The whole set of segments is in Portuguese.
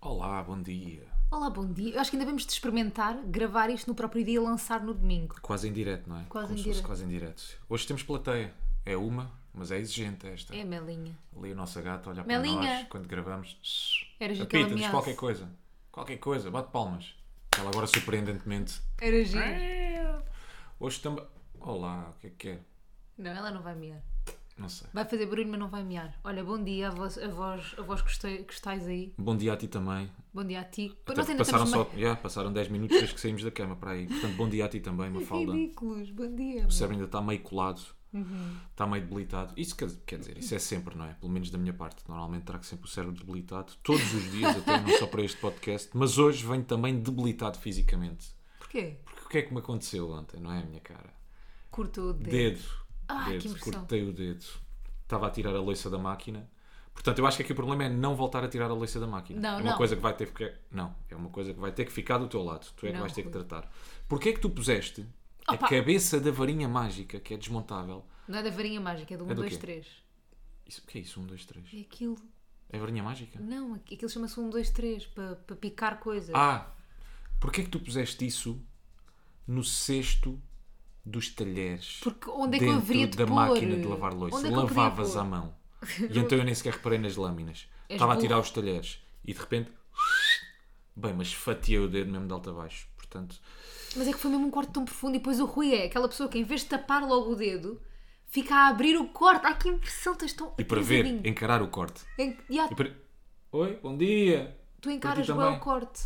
Olá, bom dia. Olá, bom dia. Eu acho que ainda vamos de experimentar gravar isto no próprio dia e lançar no domingo. Quase em direto, não é? Quase Como em se fosse direto. Quase em direto. Hoje temos plateia. É uma, mas é exigente esta. É, Melinha. Ali a nossa gata olha para Melinha. nós quando gravamos. Shhh. Era giro que ela Apita-nos miasse. qualquer coisa. Qualquer coisa. Bate palmas. Ela agora surpreendentemente. Era giro. Hoje também. Olá, o que é que é? Não, ela não vai miar. Não sei. Vai fazer barulho, mas não vai miar. Olha, bom dia a vós, a vós, a vós que, estei- que estáis aí. Bom dia a ti também. Bom dia a ti. Até Nós ainda passaram estamos só. meio- Yeah, passaram 10 minutos desde que saímos da cama para aí. Portanto, bom dia a ti também, Mafalda. Ridículos. Bom dia. O cérebro ainda está meio colado, está meio debilitado. Isso quer, quer dizer, isso é sempre, não é? Pelo menos da minha parte. Normalmente trago sempre o cérebro debilitado, todos os dias, até não só para este podcast, mas hoje venho também debilitado fisicamente. Porquê? Porque o que é que me aconteceu ontem, não é, minha cara? Curtou o dedo. Dedo. Ah, que dedo. impressão. Cortei o dedo. Estava a tirar a louça da máquina. Portanto, eu acho que aqui o problema é não voltar a tirar a louça da máquina. Não, é uma não. coisa que vai ter que não, é uma coisa que vai ter que ficar do teu lado. Tu é que Não, vais ter que Rui. tratar. Porquê é que tu puseste a Opa! cabeça da varinha mágica, que é desmontável? Não é da varinha mágica, é do 1, É do 2, quê? 3. Isso, o que é isso? Um, dois, três. É aquilo. É varinha mágica? Não, aqu- aquilo chama-se 1, 2, 3 para para picar coisas. Ah! Porquê é que tu puseste isso no cesto dos talheres? Porque onde é que eu dentro haveria de da pôr? máquina de lavar Onde louça. é que eu poderia Lavavas pôr? à mão. E então eu nem sequer reparei nas lâminas. És Estava a burro. tirar os talheres e de repente. Bem, mas fatiei o dedo mesmo de alto a baixo. Portanto, Mas é que foi mesmo um corte tão profundo e depois o Rui é aquela pessoa que em vez de tapar logo o dedo, fica a abrir o corte. Ai que impressão, estás tão e para ver, encarar o corte. E para- Oi, bom dia! tu encaras ti bem o também. corte.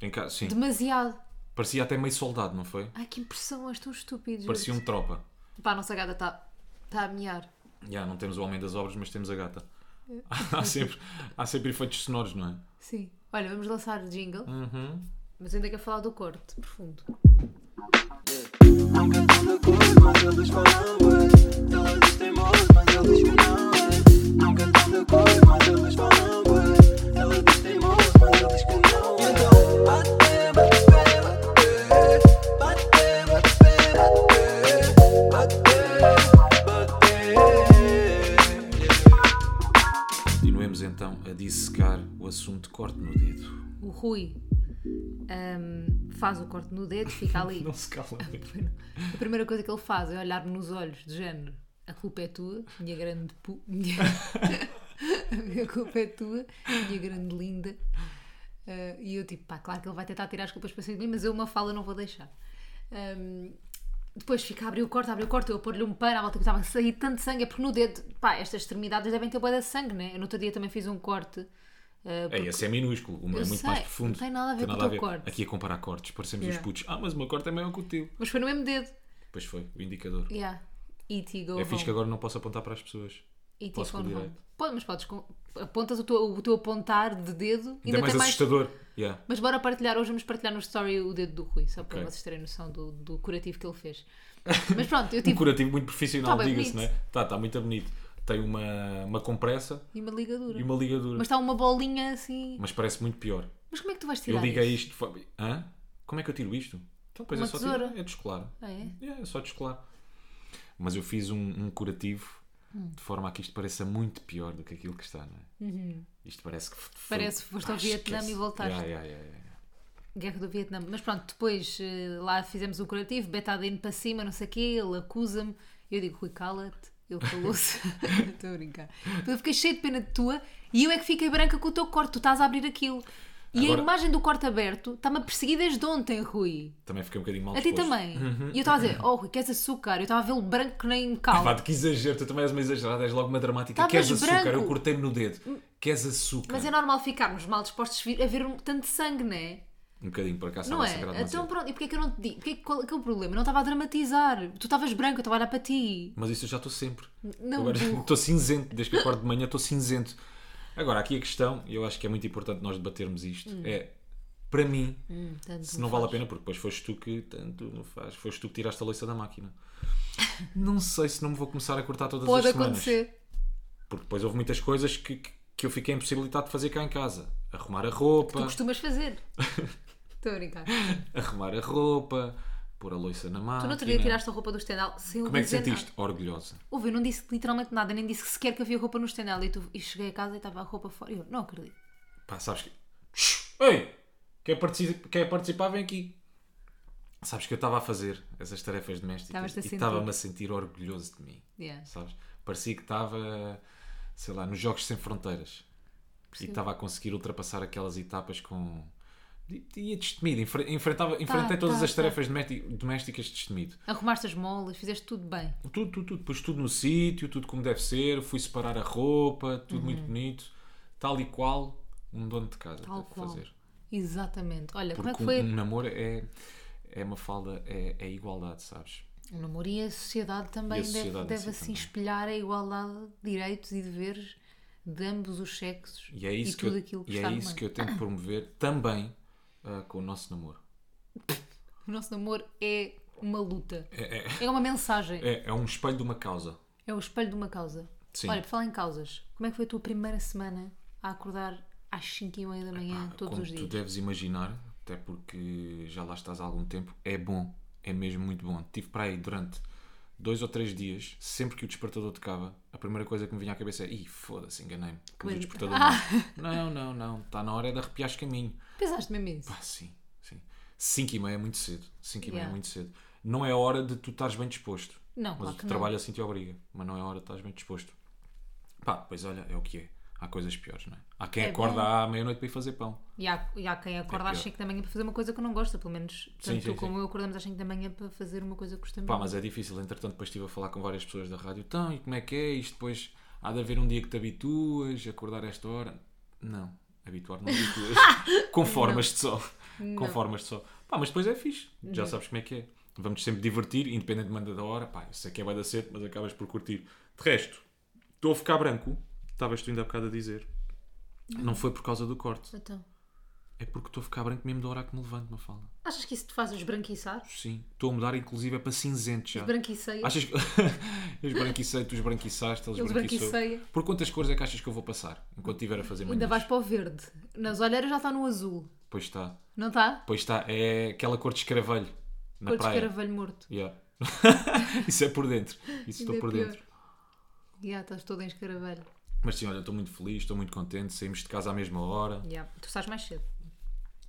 Enca... Sim, Demasiado. parecia até meio soldado, não foi? Ai que impressão, és tão estúpido. Parecia um tropa. Pá, a nossa gata está tá a miar. Já, não temos o homem das obras, mas temos a gata. É. há, sempre, há sempre efeitos sonoros, não é? Sim. Olha, vamos lançar o jingle, Uhum. mas ainda quer falar do corte profundo. I'm good on the court, my girl is from Hollywood. Tell her this ain't Mars, my girl is from Hollywood. I'm good on the court, my girl is from Hollywood. Tell her this ain't Mars, my girl is from Hollywood. You know, I damn, I damn, I damn. I damn, I damn, I damn. I damn, I damn, yeah. Continuemos então a dissecar o assunto de corte no dedo. O Rui ahm, faz o corte no dedo, fica ali. Não se cala. A primeira coisa que ele faz é olhar-me nos olhos, de género: a culpa é tua, minha grande pu. Minha... a culpa é tua, minha grande linda. Ah, e eu, tipo, pá, claro que ele vai tentar tirar as culpas para cima de mim, mas eu uma fala não vou deixar. Ahm, depois fica a abrir o corte, abre o corte, eu a pôr-lhe um pano, à volta que estava a sair tanto sangue, é porque no dedo, pá, estas extremidades devem ter boa de sangue, né? Eu no outro dia também fiz um corte. ah, É, esse é minúsculo, o meu é Eu muito sei, mais profundo. não tem nada a ver com o teu corte. Aqui a comparar cortes, parecemos Yeah. os putos. Ah, mas o meu corte é maior que o teu. mas foi no mesmo dedo. Pois foi, o indicador. Yeah. E.T. Go é fixe que Home. agora não posso apontar para as pessoas. E Posso tipo, com não. direito. Pode, mas podes com... apontas o teu, o teu apontar de dedo Ainda, é mais tem assustador. Yeah. Mas bora partilhar, hoje vamos partilhar no story o dedo do Rui, só para Ok. vocês terem noção do, do curativo que ele fez. Mas pronto, eu Um tive curativo muito profissional, Tipo, Tá bem diga-se, não é? bonito. Está, está muito bonito. Tem uma, uma compressa e uma ligadura. e uma ligadura. Mas Mas, está uma bolinha assim. parece muito pior. Mas como é que tu vais Eu tirar? liguei isso? isto. foi- Hã? Como é que eu tiro isto? Então, pois Uma é só tesoura? tirar. É descolar. Ah, é? É, é só descolar. Mas eu fiz um, um curativo Hum. de forma a que isto pareça muito pior do que aquilo que está, não é? Isto parece que. f- foi- Uhum. Parece que foste ao Vietnã esquece. e voltaste. Ya, ya, ya, ya. Guerra do Vietnã. Mas pronto, depois eh, lá fizemos o curativo, betadine para cima, não sei o quê, ele acusa-me. Eu digo, Rui, cala-te. Ele falou-se. Estou a brincar. Depois Eu fiquei cheio de pena de tua e eu é que fiquei branca com o teu corte. Tu estás a abrir aquilo. E Agora- a imagem do corte aberto está-me a perseguir desde ontem, Rui. Também fiquei um bocadinho mal A ti disposto. também. Uhum. E eu estava a dizer, oh Rui, queres açúcar? Eu estava a vê-lo branco que nem um cal. Vá, que exagero, tu também és uma exagerada, és logo uma dramática. Tá, Queres mas açúcar? branco. Hum. Eu cortei-me no dedo. Queres açúcar? Mas é normal ficarmos mal dispostos a ver um tanto de sangue, não é? Um bocadinho para cá, Não sabe é? sangrado Então demasiado. pronto, e porquê que eu não te digo? Porquê que, qual é que é o problema? Eu não estava a dramatizar. Tu estavas branco, eu estava a olhar para ti. Mas isso eu já estou sempre. Não, Agora burro. estou cinzento, desde que acordo de manhã estou cinzento. Agora, aqui a questão, e eu acho que é muito importante nós debatermos isto, Hum. é para mim, se não vale a pena, porque depois foste tu que tanto não faz, foste tu que tiraste a louça da máquina. Não sei se não me vou começar a cortar todas Pode as semanas. acontecer. Porque depois houve muitas coisas que, que- que eu fiquei impossibilitado de fazer cá em casa. Arrumar a roupa, Tu costumas fazer. Estou a brincar. Ah, arrumar a roupa, pôr a louça na máquina. Tu no outro dia tiraste a roupa do estendal sem eu Como é que dizer sentiste? nada. Orgulhosa. Ouve, eu não disse literalmente nada, nem disse que sequer que havia roupa no estendal. E, tu, e cheguei a casa e estava a roupa fora. E Eu não acredito. Pá, sabes que. Ei, quer, partici- quer participar, vem aqui. Sabes que eu estava a fazer essas tarefas domésticas Estavas-te e a sentir. estava-me a sentir orgulhoso de mim. Yeah. Sabes? Parecia que estava, sei lá, nos Jogos Sem Fronteiras. E estava a conseguir ultrapassar aquelas etapas com. e- Ia destemido. Enfre- Enfrentava, enfrentei todas tá, as tá. tarefas domesti- domésticas destemido. Arrumaste as molas, fizeste tudo bem. Tudo, tudo, tudo. Pus tudo no sítio, tudo como deve ser. Fui separar a roupa, tudo Uhum. muito bonito. Tal e qual um dono de casa Tal deve qual. fazer. Exatamente. Olha, como é Porque que foi um, um namoro é, é uma falda, é, é igualdade, sabes? o namoro e a sociedade também E a sociedade em deve, si deve assim também. espelhar a igualdade de direitos e deveres de ambos os sexos E é isso, que, tudo eu, aquilo que e está é no isso meio. que eu tento promover também ah, com o nosso namoro. O nosso namoro é uma luta. É, uma mensagem. É. É, é um espelho de uma causa. o espelho de uma causa. Sim. Olha, por falar em causas, como é que foi a tua primeira semana a acordar às 5 e meia da manhã Hum, todos Como os tu dias? deves imaginar, até porque já lá estás há algum tempo, é bom, é mesmo muito bom. Tive para aí durante dois ou três dias, sempre que o despertador tocava, a primeira coisa que me vinha à cabeça é: ih, foda-se, enganei-me. Pus o Coisa- despertador. Não, não, não, está na hora é de arrepiar os caminho. Pensaste mesmo isso? Pá, Ah, sim, sim. 5 e meia é muito cedo. 5 e meia é Yeah. muito cedo. Não é hora de tu estares bem disposto. Não, Mas claro o que não. trabalho assim te obriga. Mas não é hora de estás bem disposto. Pá, pois olha, é o que é. Há coisas piores, não é? Há quem É acorda bom. à meia-noite para ir fazer pão. E há, e há quem acorda às pior. 5 da manhã para fazer uma coisa que eu não gosto, pelo menos tanto Sim, sim, tu como sim. eu acordamos às 5 da manhã para fazer uma coisa que gostamos. Pá, mas é difícil. Entretanto, depois estive a falar com várias pessoas da rádio. Então, e como é que é? Isto depois há de haver um dia que te habituas, acordar a esta hora. Não, habituar não habituas. com formas de sol. Com formas de sol. Pá, mas depois é fixe. Já sabes como é que é. Vamos sempre divertir, independentemente da hora. Pá, eu sei que é bué da cedo, mas acabas por curtir. De resto, estou a ficar branco. Estavas tu ainda há bocado a dizer. Não foi por causa do corte. Então, É porque estou a ficar branco mesmo da hora que me levanto, uma fala. achas que isso te faz esbranquiçar? Sim. Estou a mudar, inclusive, é para cinzento já. Esbranquiceia? Achas que. eu esbranquicei, tu esbranquiçaste, eles Ele esbranquiçou. esbranquiceia. Por quantas cores é que achas que eu vou passar enquanto estiver a fazer Ainda manhãs? vais para o verde. Nas olheiras já está no azul, Pois está. não está? Pois está, é aquela cor de escravelho na Cor de praia. escaravelho morto. Yeah. Isso é por dentro. Isso estou Ainda é por pior. dentro. Ya, estás todo em escaravelho. Mas sim, olha, estou muito feliz, estou muito contente. Saímos de casa à mesma hora. Ya, Tu estás mais cedo.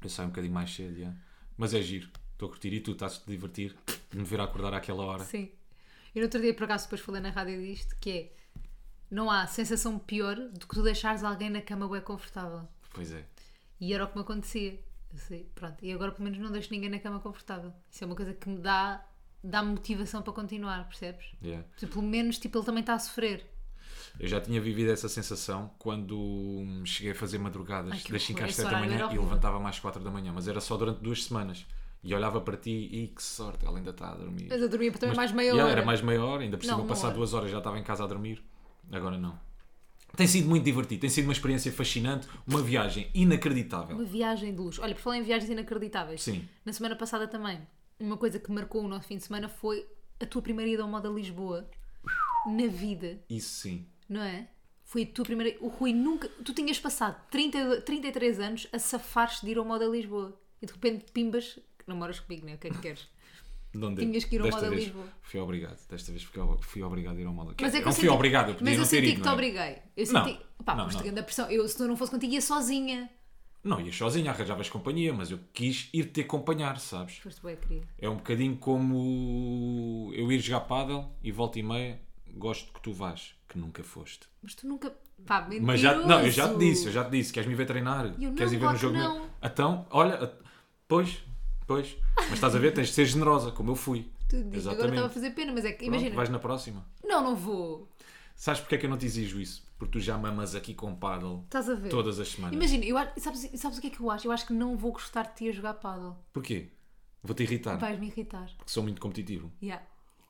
Eu saio um bocadinho mais cedo, yeah. mas é giro. Estou a curtir e tu estás-te a divertir de me ver a acordar àquela hora. Sim. E no outro dia, por acaso, depois falei na rádio disto, que é... Não há sensação pior do que tu deixares alguém na cama bem confortável. Pois é. E era o que me acontecia. Eu sei, pronto. E agora pelo menos não deixo ninguém na cama confortável. Isso é uma coisa que me dá, dá motivação para continuar, percebes? Yeah. Tu, Pelo menos tipo, ele também está a sofrer. Eu já tinha vivido essa sensação quando hum, cheguei a fazer Ai, madrugadas que das 5 horror. às Esse 7 da horário manhã era e horrível. levantava mais 4 da manhã, mas era só durante duas semanas. E olhava para ti e que sorte, ela ainda está a dormir. Mas eu dormia para também mais meia Yeah, hora. Era mais meia hora, ainda por Não, cima uma passar hora. duas horas já estava em casa a dormir. Agora não. Tem sido muito divertido, tem sido uma experiência fascinante, uma viagem inacreditável. Uma viagem de luz. Olha, por falar em viagens inacreditáveis. Sim. Na semana passada também, uma coisa que marcou o nosso fim de semana foi a tua primeira ida ao Moda Lisboa. Na vida, Isso sim. não é? Foi a tua primeira. O Rui nunca. Tu tinhas passado 30, 33 anos a safar-te de ir ao Moda Lisboa. E de repente, pimbas, não moras comigo, né? O que é que queres? Não deu. Tinhas que ir ao Desta Moda vez Lisboa. Fui obrigado, desta vez fui, ob- fui obrigado a ir ao moda. Mas é que não eu fui senti- obrigado, eu podia mas não eu ter senti ido, que te não é? obriguei. Eu Não. senti. Pá, Não, mas não. te grande pressão. Eu, se tu não fosse contigo, ia sozinha. Não, ia sozinho, arranjavas companhia, mas eu quis ir-te acompanhar, sabes? Foste bem, querida. É um bocadinho como eu ir jogar pádel e volta e meia, gosto que tu vás, que nunca foste. Mas tu nunca. Pá, mentiroso. Mas já, não, eu já te disse, eu já te disse, queres me ver treinar? Eu não, queres ir ver claro no jogo? que meu? não. Então, olha, a- pois, pois, mas estás a ver, tens de ser generosa, como eu fui. Tu dizes, Agora estava a fazer pena, mas é que. Pronto, Imagina. vais na próxima. Não, não vou. Sabes porque é que eu não te exijo isso? Porque tu já mamas aqui com pádel Estás a ver? todas as semanas. Imagina, eu acho- sabes, sabes o que é que eu acho? Eu acho que não vou gostar de ti a jogar paddle. Porquê? Vou-te irritar, Vais me irritar. porque sou muito competitivo. Yeah.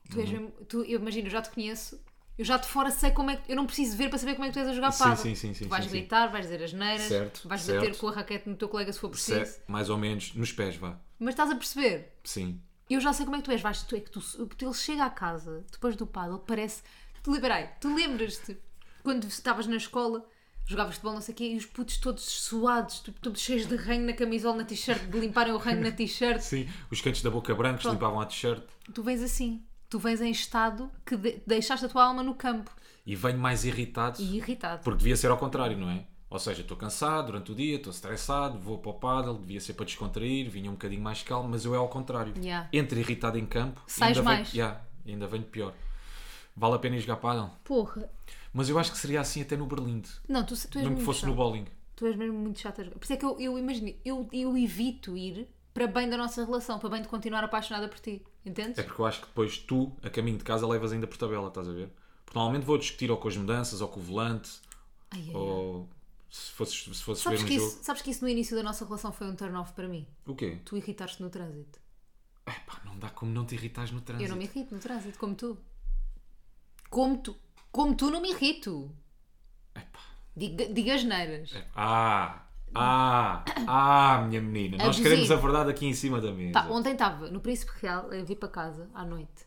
Tu Uhum. és mesmo- tu- eu imagino, eu já te conheço. Eu já de fora sei como é que. Eu não preciso ver para saber como é que tu és a jogar Sim, paddle. sim, sim, sim, tu vais sim, sim. gritar, vais dizer as neiras, Certo, vais certo. bater com a raquete no teu colega se for preciso. Se- mais ou menos, nos pés, vá. Mas estás a perceber? Sim. Eu já sei como é que tu és. Vais, tu é que tu, tu- ele chega à casa, depois do paddle, parece. Tu, peraí, tu lembras-te quando estavas na escola, jogavas futebol, não sei o quê, e os putos todos suados, tu- todos cheios de ranho na camisola, na t-shirt, de limparem o ranho na t-shirt. Sim, os cantos da boca brancos Pronto. limpavam a t-shirt Tu vens assim. Tu vens em estado que de- deixaste a tua alma no campo. e venho mais irritado E irritado. porque devia ser ao contrário, não é? Ou seja, estou cansado durante o dia, estou estressado, vou para o paddle, devia ser para descontrair, vinha um bocadinho mais calmo, mas eu é ao contrário. Yeah. Entre irritado em campo, Sais ainda mais. Venho, yeah, ainda venho pior. Vale a pena ir jogar paddle. Porra. Mas eu acho que seria assim até no Berlinde, Não, tu, tu és mesmo muito que fosse chato. no bowling. Tu és mesmo muito chata. a jogar. Por isso é que eu, eu imagino, eu, eu evito ir para bem da nossa relação, para bem de continuar apaixonada por ti. Entendes? É porque eu acho que depois tu, a caminho de casa, levas ainda por tabela, estás a ver? Porque normalmente vou discutir ou com as mudanças, ou com o volante, Ai, ai, ai. ou se fosses, se fosses ver Sabes um que, jogo. isso, sabes que isso no início da nossa relação foi um turn-off para mim? O quê? Tu irritaste no trânsito. Epá, não dá como não te irritares no trânsito. Eu não me irrito no trânsito, como tu. Como tu. Como tu não me irrito. Epá. Diga, diga as neiras. Ah, ah, ah, minha menina. Nós Abusei. queremos a verdade aqui em cima da mesa. Pá, Tá, ontem estava no Príncipe Real, eu vim para casa à noite.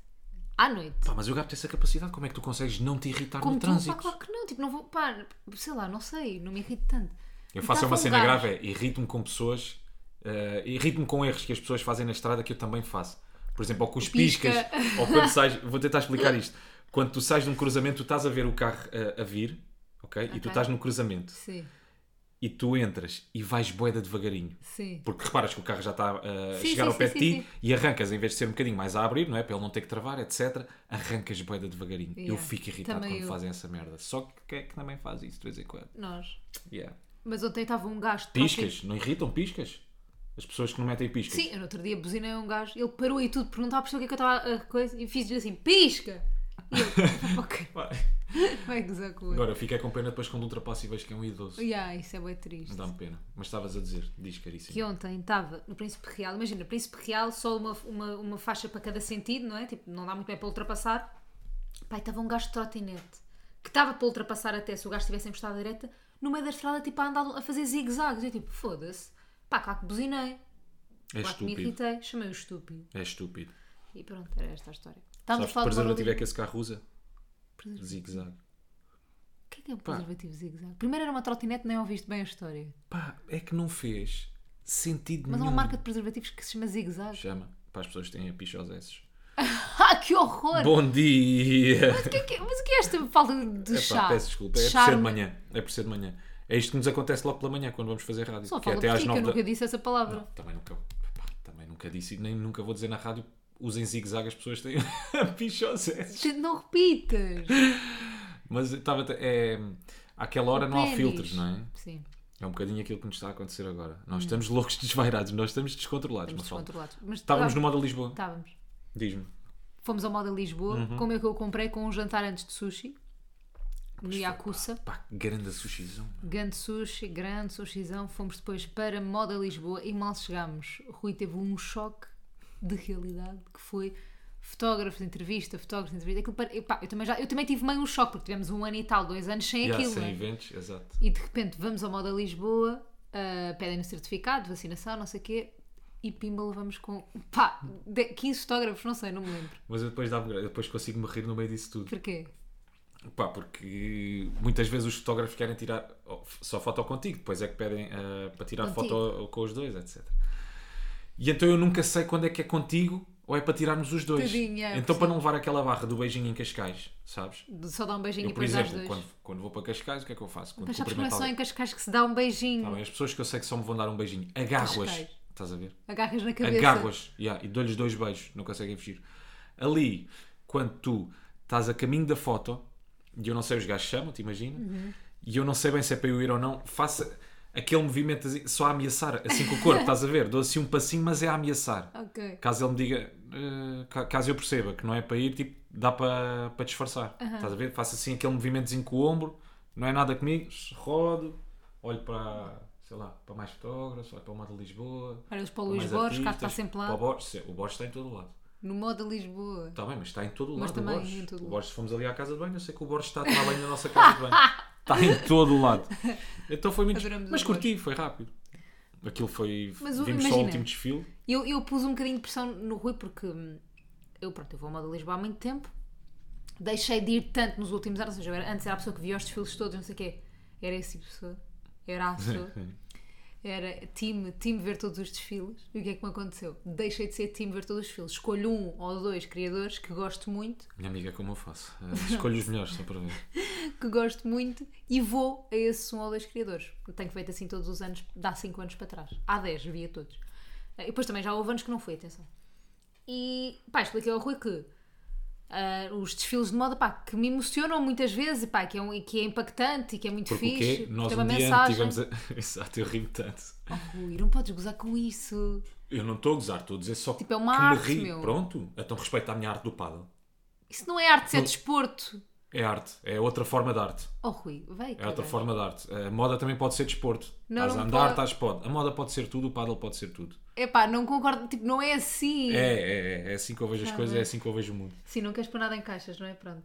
À noite. Pá, mas o gato tem essa capacidade. Como é que tu consegues não te irritar Como Ah, no tu, trânsito? pá, claro que não, tipo, não vou, pá, sei lá, não sei, não me irrito tanto. Eu faço Estava uma um cena gajo- grave, é irrito-me com pessoas, eh, irrito-me com erros que as pessoas fazem na estrada que eu também faço. Por exemplo, ou com os Pisca. piscas, ou quando sais, vou tentar explicar isto. Quando tu sais de um cruzamento, tu estás a ver o carro eh, a vir, ok? E tu Ok. estás no cruzamento Sim, e tu entras e vais boeda devagarinho. sim. Porque reparas que o carro já está uh, a Sim, chegar sim, ao pé sim, de ti sim, sim. e arrancas, em vez de ser um bocadinho mais a abrir, não é? Para ele não ter que travar, etc. Arrancas boeda devagarinho. Eu Yeah. fico irritado Também quando eu. fazem essa merda. Só que quem é que também faz isso de vez em quando? Nós. Yeah. Mas ontem estava um gajo de Piscas? Não irritam piscas? As pessoas que não metem piscas? Sim, eu no outro dia buzinei a um gajo, ele parou e tudo, porque não estava a perceber o que é que eu estava a coisa, e fiz-lhe assim, pisca! E ele, ok, Vai. vai gozar com ele. Agora, fiquei com pena depois quando ultrapassa e vejo que é um idoso. Yeah, isso é bem triste. Dá-me pena. Mas estavas a dizer, diz caríssimo. Que ontem estava no Príncipe Real, imagina, Príncipe Real, só uma, uma, uma faixa para cada sentido, não é? Tipo, não dá muito bem para ultrapassar. Pai, estava um gajo de trotinete, que estava para ultrapassar até se o gajo estivesse encostado à direita, no meio da estrada, tipo, a andar a fazer zigue-zagues. Eu tipo, foda-se. Pá, claro que É buzinei. claro que me estúpido. irritei, chamei-o estúpido. É estúpido. E pronto, era esta a história. Estávamos Sabes que de preservativo é bowling. que esse carro usa? Preservativo. Zig-zag. O que é que é um preservativo zigue-zague? Primeiro era uma trotinete, nem ouviste bem a história. Pá, é que não fez sentido Mas há nenhum. uma marca de preservativos que se chama zigue-zague. Chama. Para as pessoas que têm a picha aos S. Ah, que horror! Bom dia! O que é que- mas o que é esta falta de Epá, chá? peço desculpa, é por Charme. ser de manhã. É por ser de manhã. É isto que nos acontece logo pela manhã quando vamos fazer rádio. Só que é fala até por às ti, que eu nove nunca da... disse essa palavra. Também nunca, epá, também nunca disse e nem nunca vou dizer na rádio. Usem zigue-zague, as pessoas têm a picha aos S. Gente, não repitas. Mas estava é, àquela hora não há Pênis. filtros, não é? Sim, É um bocadinho aquilo que nos está a acontecer agora. Nós estamos loucos desvairados, nós estamos descontrolados. Hum. estamos Mafalda. descontrolados. Tá. Mas Estávamos no estávamos- modo Lisboa. Estávamos. Diz-me. Fomos ao moda Lisboa, Uhum. como é que eu comprei com um jantar antes de sushi, no Yakuza. Pá, que grande sushizão. Grande sushi, grande sushizão. Fomos depois para Moda Lisboa e mal chegámos. O Rui teve um choque de realidade que foi fotógrafos, entrevista, fotógrafos, entrevista. Aquilo para- epá, eu, também já, eu também tive meio um choque porque tivemos um ano e tal, dois anos sem Yeah, aquilo. sem não é? eventos, exato. E de repente vamos ao Moda Lisboa, ah, pedem-nos certificado, vacinação, não sei o quê, e pimba levamos com pá, de- 15 fotógrafos, não sei, não me lembro. Mas eu depois, dava- eu depois consigo me rir no meio disso tudo. Porquê? Pá, porque muitas vezes os fotógrafos querem tirar oh, f- só foto contigo, depois é que pedem ah, para tirar Contigo. foto com os dois, etc. E então eu nunca sei quando é que é contigo ou é para tirarmos os dois. Tadinho, é, então, para não levar aquela barra do beijinho em Cascais, sabes? De Só dar um beijinho Eu, e por depois dá os exemplo, dois. quando, quando vou para Cascais, o que é que eu faço? Quando Mas sabes que não é cumprimento só em alguém- Cascais que se dá um beijinho, Tá bem, as pessoas que eu sei que só me vão dar um beijinho, agarro-as, Cascais. estás a ver? agarras na cabeça. Agarro-as, yeah, e dou-lhes dois beijos, não conseguem fugir. Ali, quando tu estás a caminho da foto, e eu não sei, os gajos chamam-te, imagina, e eu não sei bem se é para eu ir ou não, faça aquele movimento assim, só a ameaçar, assim com o corpo, estás a ver? Dou assim um passinho, mas é a ameaçar. Ok. Caso ele me diga, eh, ca- caso eu perceba que não é para ir, tipo, dá para, para disfarçar. Estás a ver? Faço assim aquele movimentozinho com o ombro, não é nada comigo, rodo, olho para, sei lá, para mais fotógrafos, olho para o modo de Lisboa. Olhas para o para Luís mais Borges, cá artistas, está sempre para lá. O Borges, Sim, o Borges está em todo o lado. No Moda Lisboa. Está bem, mas está em todo o lado. Mas também o Borges, em todo o lado. Borges, se fomos ali à casa de banho, eu sei que o Borges está a tomar banho na nossa casa de banho. Está em todo o lado. Então foi muito. Adoramos o Mas curti, foi rápido. Aquilo foi. Mas o- vimos só o imagina. último desfile. Eu, eu pus um bocadinho de pressão no Rui porque hum, eu, pronto, eu vou ao moda Lisboa há muito tempo. Deixei de ir tanto nos últimos anos, ou tipo seja, eu era- antes era a pessoa que via os desfiles todos, não sei o quê. Era essa pessoa. Era a pessoa. Era time, time ver todos os desfiles. E o que é que me aconteceu? Deixei de ser time ver todos os desfiles. Escolho um ou dois criadores que gosto muito, Minha amiga, como eu faço? Eh, Escolho os melhores, só para ver. que gosto muito, e vou a esses um ou dois criadores. Tenho feito assim todos os anos, dá 5 anos para trás. Há 10, via todos. Eh, E depois também já houve anos que não fui, atenção. E pá, expliquei ao Rui que ah, os desfiles de moda, pá, que me emocionam muitas vezes, e, pá, que é, um, e que é impactante e que é muito Porque o fixe. quê? que Nós tem uma um dia mensagem. tivemos a... Exato, eu rio tanto. Oh, Rui, não podes gozar com isso. Eu não estou a gozar, estou a dizer só Tipo, é uma que arte, me ri. meu. Pronto, então respeita a minha arte do paddle. Isso não é arte, isso é Não. desporto. É arte, é outra forma de arte. Oh, Rui, vai. É outra forma de arte. A moda também pode ser desporto. Não, estás a não andar, pode. estás pode. A moda pode ser tudo, o paddle pode ser tudo. É pá, não concordo, tipo, não é assim. É, é, é, é assim que eu vejo Tá as coisas, é assim que eu vejo o mundo. Sim, não queres pôr nada em caixas, não é? Pronto.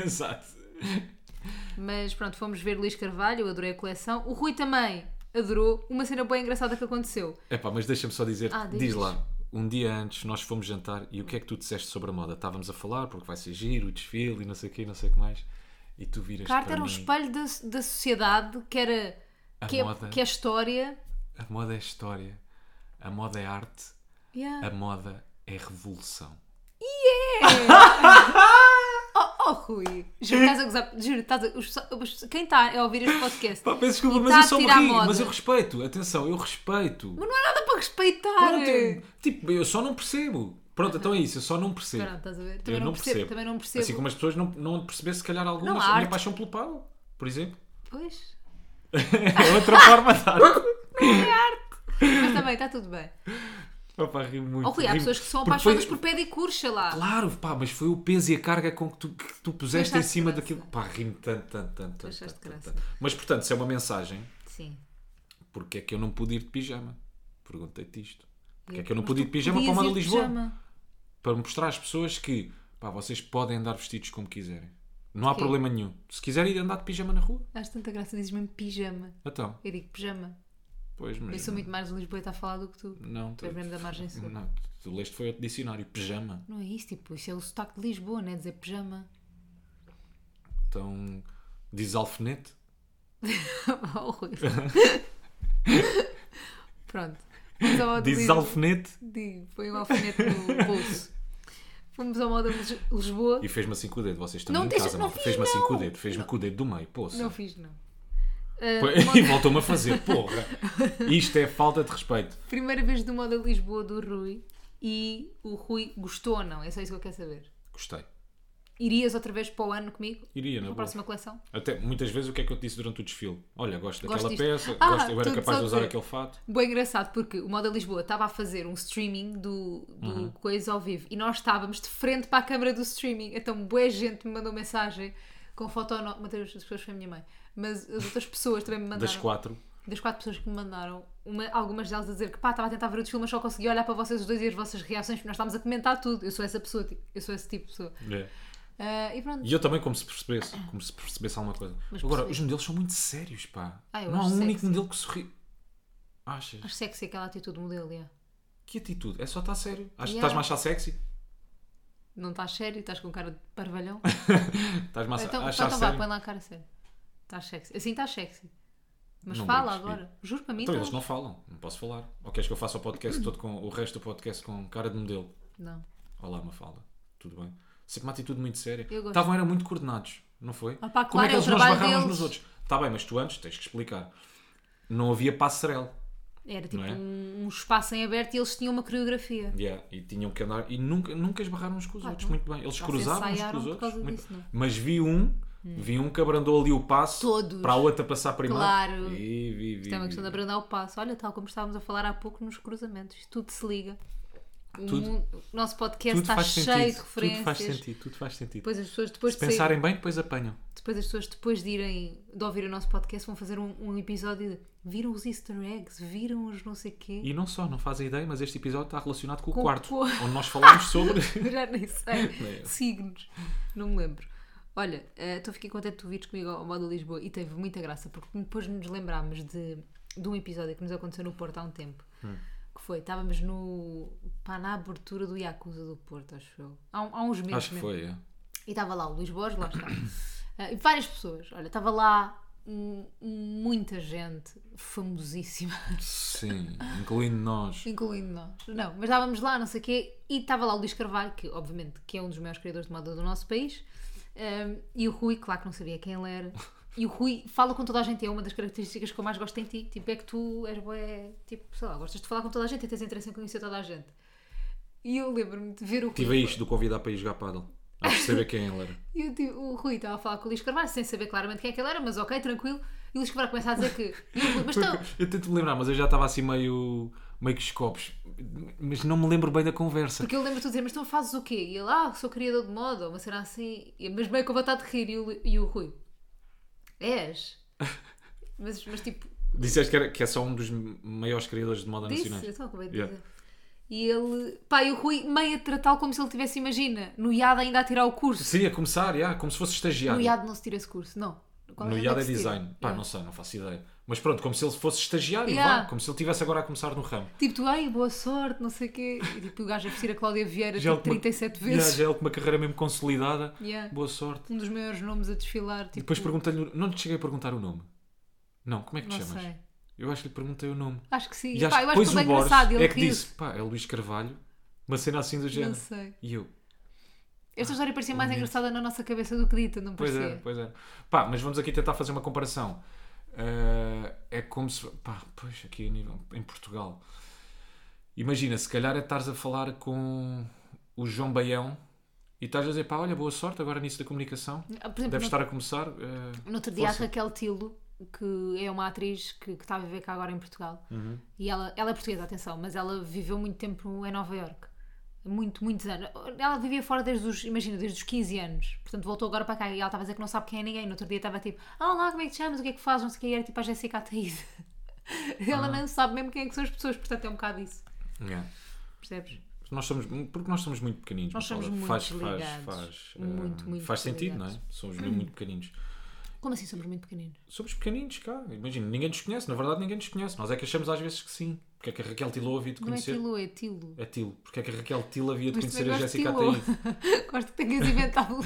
Exato. Mas pronto, fomos ver Luís Carvalho, eu adorei a coleção. O Rui também adorou uma cena bem engraçada que aconteceu. Epá, mas deixa-me só dizer, Ah, diz. diz. lá, um dia antes nós fomos jantar e o que é que tu disseste sobre a moda? Estávamos a falar porque vai ser giro, o desfile e não sei o quê, não sei o que mais. E tu viras Carta para era um mim, espelho da, da sociedade que era. A Que é, moda. que é história. a moda é história, a moda é arte, Yeah. a moda é revolução. Oh, oh, Rui, juro, estás a gozar. Juro, estás a, os- os- quem está a ouvir este podcast? Pá, peço desculpa, E mas tá eu a só me tirar a ri, moda. mas eu respeito, atenção, eu respeito. Não há nada para respeitar. Pronto, eu- tipo, eu só não percebo. Pronto, então é isso, eu só não percebo. Pronto, estás a ver? eu Também não, percebo, Também não percebo. Assim como as pessoas não, não perceber, se calhar, algumas, Não, a a minha arte. paixão pelo pau, por exemplo. Pois. É outra forma de arte. Mas também está tudo bem. Opa, ri muito. Ó Oh, Rui, há ri- pessoas que são porque apaixonadas foi- por pedicures, sei lá. Claro, pá, mas foi o peso e a carga com que tu, que tu puseste Mas em acho cima graça. daquilo. Pá, ri-me tanto, tanto, tanto, tanto, achaste tanto, tanto, graça. tanto. Mas portanto, se é uma mensagem, Sim. porque é que eu não pude ir de pijama? Perguntei-te isto. Porque é Eu- que eu não mas pude ir tu de pijama para o podias Mar ir de de Lisboa? pijama. Para mostrar às pessoas que, pá, vocês podem andar vestidos como quiserem. Não há Sim. problema nenhum. Se quiserem ir andar de pijama na rua, Acho tanta graça, dizes mesmo pijama. então. Eu digo pijama. Pois, mas. Eu sou muito mais lisboeta a falar do que tu. Não, Tu és mesmo da margem sul. Não, tu leste foi outro dicionário, pijama. Não é isso, tipo, isso é o sotaque de Lisboa, não é dizer pijama. Então, diz alfinete. Oh, Rui. Pronto. Só Diz dizer- alfinete. Digo, foi um alfinete no bolso. Fomos ao moda Lis- Lisboa. E fez-me assim com o dedo, vocês estão Não em deixa- casa, não malta. fiz, Fez-me assim não. com o dedo, fez-me com o dedo do meio, poça. Não fiz, não. Ah, Pô, E voltou-me a fazer, porra. Isto é falta de respeito. Primeira vez do moda Lisboa do Rui. E o Rui gostou ou não? É só isso que eu quero saber. Gostei. Irias outra vez para o ano comigo? Iria, Para na a boa. próxima coleção? Até muitas vezes o que é que eu te disse durante o desfile? Olha, gosto daquela Gosto disto. peça, Ah, gosto, eu era tudo capaz só de usar dizer. aquele fato. Bem engraçado, porque o Moda Lisboa estava a fazer um streaming do, do Uhum. Coisa ao vivo e nós estávamos de frente para a câmara do streaming. Então, boa gente me mandou mensagem com foto. anó- Mateus, as pessoas foi a minha mãe, mas as outras pessoas também me mandaram. Das quatro. das quatro pessoas que me mandaram, uma- algumas delas a dizer que pá, estava a tentar ver o desfile, mas só consegui olhar para vocês os dois e as vossas reações, porque nós estávamos a comentar tudo. Eu sou essa pessoa, tipo, eu sou esse tipo de pessoa. É. Ah, e pronto. E eu também, como se percebesse, como se percebesse alguma coisa. Mas Agora, percebi. os modelos são muito sérios, pá. Ah, eu Não há acho um único sexy. modelo que sorri. Achas? Acho sexy é aquela atitude modelo, yeah. Que atitude? É só estar sério. Achas que Yeah. estás-me a achar sexy? Não estás sério, estás com cara de parvalhão. Estás-me a Então, achar então vá, sério? põe lá a cara séria. Estás sexy. Assim estás sexy. Mas Não fala digas, agora. Juro para mim. Então Então, eles não falam, não posso falar. Ou queres que eu faça o podcast todo com o resto do podcast com cara de modelo? não. Olá, Mafalda, tudo bem? Sempre uma atitude muito séria. Eu gosto. Estavam era muito coordenados, não foi? Ah pá, Como claro, é é que o eles não trabalho esbarravam uns deles. nos outros? Está bem, mas tu antes tens que explicar. Não havia passarela. Era tipo Não é? um, um espaço em aberto e eles tinham uma coreografia. Yeah, e tinham que andar e nunca, nunca esbarraram uns com os Ah, outros. não. Muito bem. Eles Já se cruzavam uns com ensaiaram os por outros. causa muito- disso, não? é? Mas vi um, vi um que abrandou ali o passo Todos. para a outra passar primeiro. Claro. E vi, vi, Isto é uma vi, questão de vi. abrandar o passo. Olha, tal como estávamos a falar há pouco nos cruzamentos. Isto tudo se liga. O, tudo- mundo- o nosso podcast Tudo está faz cheio sentido. de Tudo faz referências. sentido. Tudo faz sentido. depois as pessoas depois Se de, sair- pensarem bem, depois apanham. depois as pessoas depois de irem de ouvir o nosso podcast vão fazer um, um episódio de viram os easter eggs, viram os não sei quê. E não só, não fazem ideia, mas este episódio está relacionado com o Com o quarto, co- onde nós falámos sobre. Eu já nem Nem sei. eu. Signos. Não me lembro. Olha, eh, estou fiquei contente de tu vires comigo ao Moda Lisboa e teve muita graça, porque depois nos lembrámos de, de um episódio que nos aconteceu no Porto há um tempo. Hum. Que foi, estávamos no. pá, na abertura do Yakuza do Porto, acho eu. Há, um- há uns meses Acho que mesmo. foi, é. E estava lá o Luís Borges, lá está. Eh, e várias pessoas. Olha, estava lá hum, muita gente famosíssima, Sim, incluindo nós. incluindo nós. Não, mas estávamos lá, não sei o quê, e estava lá o Luís Carvalho, que obviamente que é um dos maiores criadores de moda do nosso país, hum, e o Rui, claro que não sabia quem ele era. E o Rui fala com toda a gente, é uma das características que eu mais gosto em ti. Tipo, é que tu és bué, tipo, sei lá, gostas de falar com toda a gente e tens interesse em conhecer toda a gente. E eu lembro-me de ver o Rui. Tive isto do convidar para ir jogar paddle. A perceber quem ele era. E o, ti- o Rui estava a falar com o Luís Carvalho, sem saber claramente quem é que ele era, mas ok, tranquilo. E o Luís Carvalho começa a dizer que. E o Rui, mas então. Eu tento me lembrar, mas eu já estava assim meio. meio que escopos. Mas não me lembro bem da conversa. Porque eu lembro-te de dizer, mas então fazes o quê? E ele, ah, sou criador de moda, ou uma cena assim. E- Mas meio com vontade de rir. E o, Lu- e o Rui, és? Mas, mas tipo, Disseste que, era, que é só um dos maiores criadores de moda disse, nacionais. então acabei de Yeah. dizer. E ele, pá, e o Rui meio a tratá-lo como se ele tivesse, imagina, no IAD ainda a tirar o curso. Sim, a começar, já, como se fosse estagiário. No IAD não se tira esse curso, não. Qual No onde IAD é que se tira? design. Pá, Yeah. não sei, não faço ideia. Mas pronto, como se ele fosse estagiário, Yeah. vá, como se ele estivesse agora a começar no ramo. Tipo, tu, ai, boa sorte, não sei o quê. E tipo, o gajo a vestir a Cláudia Vieira Já tipo, ele com uma- 37 Yeah, vezes. já é ele com uma carreira mesmo consolidada. Yeah. Boa sorte. Um dos maiores nomes a desfilar. Tipo, Depois perguntei-lhe. o- Não te cheguei a perguntar o nome. Não, como é que te Não chamas? sei. Eu acho que lhe perguntei o nome. Acho que sim. E acho Pá, eu que acho que depois foi o bem Borges engraçado. Ele é que riu. disse: pá, é Luís Carvalho. Uma cena assim do Não género. sei. E eu, Esta história parecia mais Lamento. engraçada na nossa cabeça do que dita, não Ah, Pois parecia? é, pois é. Pá, mas vamos aqui tentar fazer uma comparação. Ah, é como se. Pá, pois, aqui a nível, em Portugal. Imagina, se calhar é estares a falar com o João Baião e estás a dizer, pá, olha, boa sorte agora nisso da comunicação. Ah, Por Deves exemplo, estar a começar. ah, no, no outro dia força. a Raquel Tilo, que é uma atriz que, que está a viver cá agora em Portugal, Uhum. e ela, ela é portuguesa, atenção, mas ela viveu muito tempo em Nova Iorque. Muito, muitos anos. Ela vivia fora desde os, imagina, desde os 15 anos. Portanto, voltou agora para cá e ela estava a dizer que não sabe quem é ninguém. No outro dia estava tipo, ah, olá, como é que te chamas? O que é que fazes? Não sei o que. E era tipo a Jéssica Ataíde. Ah. ela não sabe mesmo quem é que são as pessoas, portanto é um bocado isso. yeah. Percebes? Nós somos, porque nós somos muito pequeninos. Nós Mafalda. somos muito ligados. faz, ah, Muito, muito faz sentido, não ligados. é? Somos mesmo muito pequeninos. Como assim somos muito pequeninos? Somos pequeninos, cá. Imagina, ninguém nos conhece. Na verdade, ninguém nos conhece. Nós é que achamos às vezes que sim. Porque é que a Raquel Tilou havia de Não é conhecer. Tilo, é Tilo. É Tilo. Porque é que a Raquel Tilo havia de Mas conhecer a também Jéssica gosto de Ataíde? Gosto que tenhas inventado.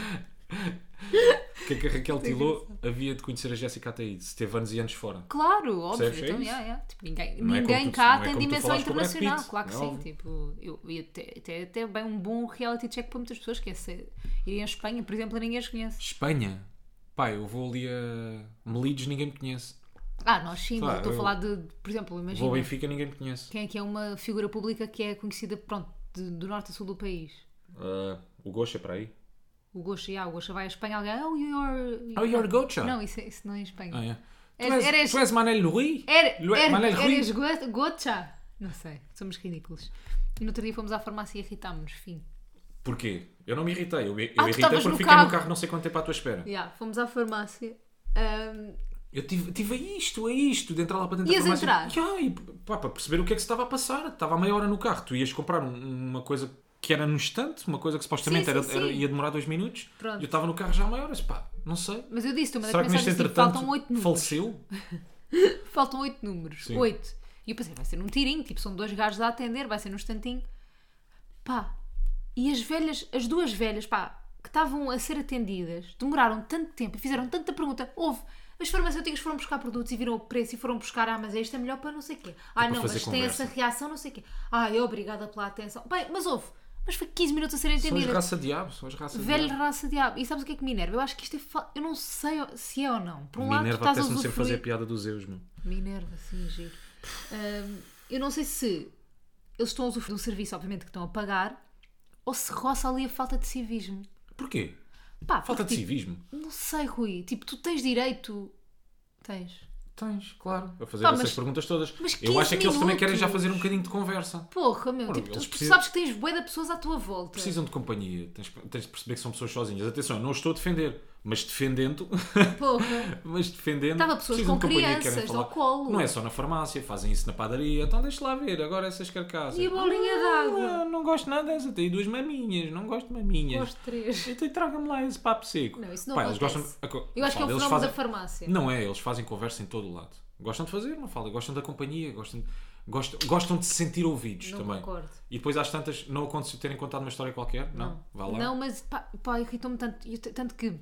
Porque é que a Raquel Tilo havia de conhecer a Jéssica Ataíde? Se teve anos e anos fora. Claro, óbvio. Percebes? É Então, isso. yeah, yeah. Tipo, ninguém Não é como ninguém tu- cá não é tem como tu dimensão falares com o Brad internacional. Pitt, claro que é sim. óbvio. Tipo, eu, eu até, até, até bem um bom reality check para muitas pessoas, que é ser, irem à Espanha, por exemplo, ninguém as conhece. Espanha? Pai, eu vou ali a Melides, ninguém me conhece. Ah, nós sim, Claro, estou a eu- falar de, de- por exemplo, Vou a imagina Benfica, ninguém me conhece. quem é que é uma figura pública que é conhecida, pronto, de- do norte a sul do país. Ah, o Gocha para aí. O Gocha, yeah, o Gocha vai à Espanha, alguém, oh, you're... Oh, you're Gocha? Não, isso, é- isso não é em Espanha. Ah, é. Tu És- É- és, eres- tu és Manel Rui? Era, Lu- era, Manel Rui? eras go- gocha? Não sei, somos ridículos. E no outro dia fomos à farmácia e irritámos-nos, fim. Porquê? Eu não me irritei. Eu, eu Ah, tu irritei estavas porque no fiquei carro. no carro não sei quanto tempo à tua espera. Yeah, fomos à farmácia ahm, Eu tive, tive a isto, a isto, de entrar lá para dentro Ias da farmácia. entrar? Ya, e, pá, para perceber o que é que se estava a passar. Estava a meia hora no carro. Tu ias comprar um- uma coisa que era num instante, uma coisa que supostamente Sim, era, sim, era- sim. ia demorar dois minutos. Pronto. Eu estava no carro já a meia hora. disse, Pá, não sei. mas eu disse, tu mandaste Será que neste mensagem assim, entretanto faltam oito números. faleceu? Faltam oito números. Sim. Oito. E eu pensei, vai ser num tirinho, tipo, são dois gajos a atender, vai ser num instantinho. Pá, e as velhas, as duas velhas, pá, que estavam a ser atendidas, demoraram tanto tempo e fizeram tanta pergunta. Houve. As farmacêuticas foram buscar produtos e viram o preço e foram buscar, ah, mas este é melhor para não sei o quê. Ah, para não, fazer mas tem conversa. essa reação, não sei o quê. Ah, é obrigada pela atenção. Bem, mas houve. Mas foi 15 minutos a ser São as atendida. raça diabo, são as raça Velho diabo. raça de abo. E sabes o que é que me enerva? Eu acho que isto é. fa- Eu não sei se é ou não. Por um lado, tu Minerva estás a apetece-me sempre usufruir. fazer a piada dos Zeus, meu. tipo, Me enerva, sim, giro. Ahm, eu não sei se eles estão a usufruir de um serviço, obviamente, que estão a pagar, ou se roça ali a falta de civismo. Porquê? Pá, Falta de porque, civismo. tipo, Não sei, Rui. Tipo, tu tens direito. Tens. Tens, claro. A fazer Pá, essas mas- perguntas todas. mas Eu 15 acho é que eles também querem já minutos. fazer um bocadinho de conversa. Porra, meu. Ora, tipo, tu, eles tu precisam- sabes que tens bué de pessoas à tua volta. Precisam de companhia. Tens, tens de perceber que são pessoas sozinhas. Atenção, eu não os estou a defender, mas defendendo. Porra. mas defendendo. Estava pessoas precisam com de companhia, crianças, querem ao colo. Não é só na farmácia, fazem isso na padaria. Então deixa lá ver, agora essas carcaças. E a bolinha d'água? Ah, não gosto nada dessa. Tenho duas maminhas, não gosto de maminhas. Gosto de três. Então traga-me lá esse papo seco. Não, isso não Pá, eles acontece. gostam... a co- Eu acho que é o Eles fenómeno fazem- da farmácia. Não é, eles fazem conversa em todo o lado. Gostam de fazer, não fala, gostam da companhia, gostam, gostam, gostam de se sentir ouvidos Não também. concordo. E depois às tantas não aconteceu terem contado uma história qualquer? Não, vá lá. Não, mas pá, pá irritou-me tanto, e eu te- tanto que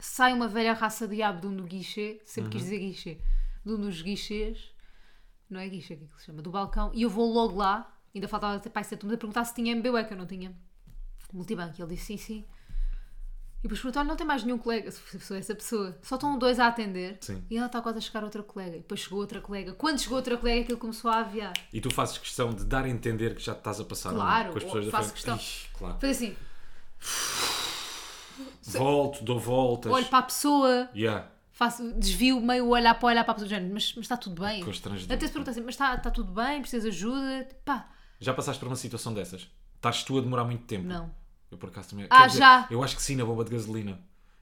sai uma velha raça diabo de um do guichê, sempre Uhum. quis dizer guichê, de um dos guichês, não é guichê que se chama, do balcão, e eu vou logo lá, ainda faltava até para essa turma, perguntar se tinha MBUE, é que eu não tinha, multibanco, e ele disse sim, sim. E depois perguntou, "Olha, não tem mais nenhum colega, se sou essa pessoa, só estão dois a atender, Sim. e ela está quase a chegar outra colega, e depois chegou outra colega, quando chegou outra colega aquilo começou a aviar. E tu fazes questão de dar a entender que já te estás a passar um Claro, com as pessoas ou da faço frente. questão. Ixi, claro. Foi assim, Volto, dou voltas. olho para a pessoa, Yeah. faço, desvio meio o olhar para olhar para a pessoa do género, mas, mas está tudo bem. Constrangedor. Até se pergunta assim, mas está, está tudo bem, precisas de ajuda? Pá, Já passaste por uma situação dessas? Estás tu a demorar muito tempo? não. Eu por acaso também. Ah, Quer dizer, já. Eu acho que sim, na bomba de gasolina.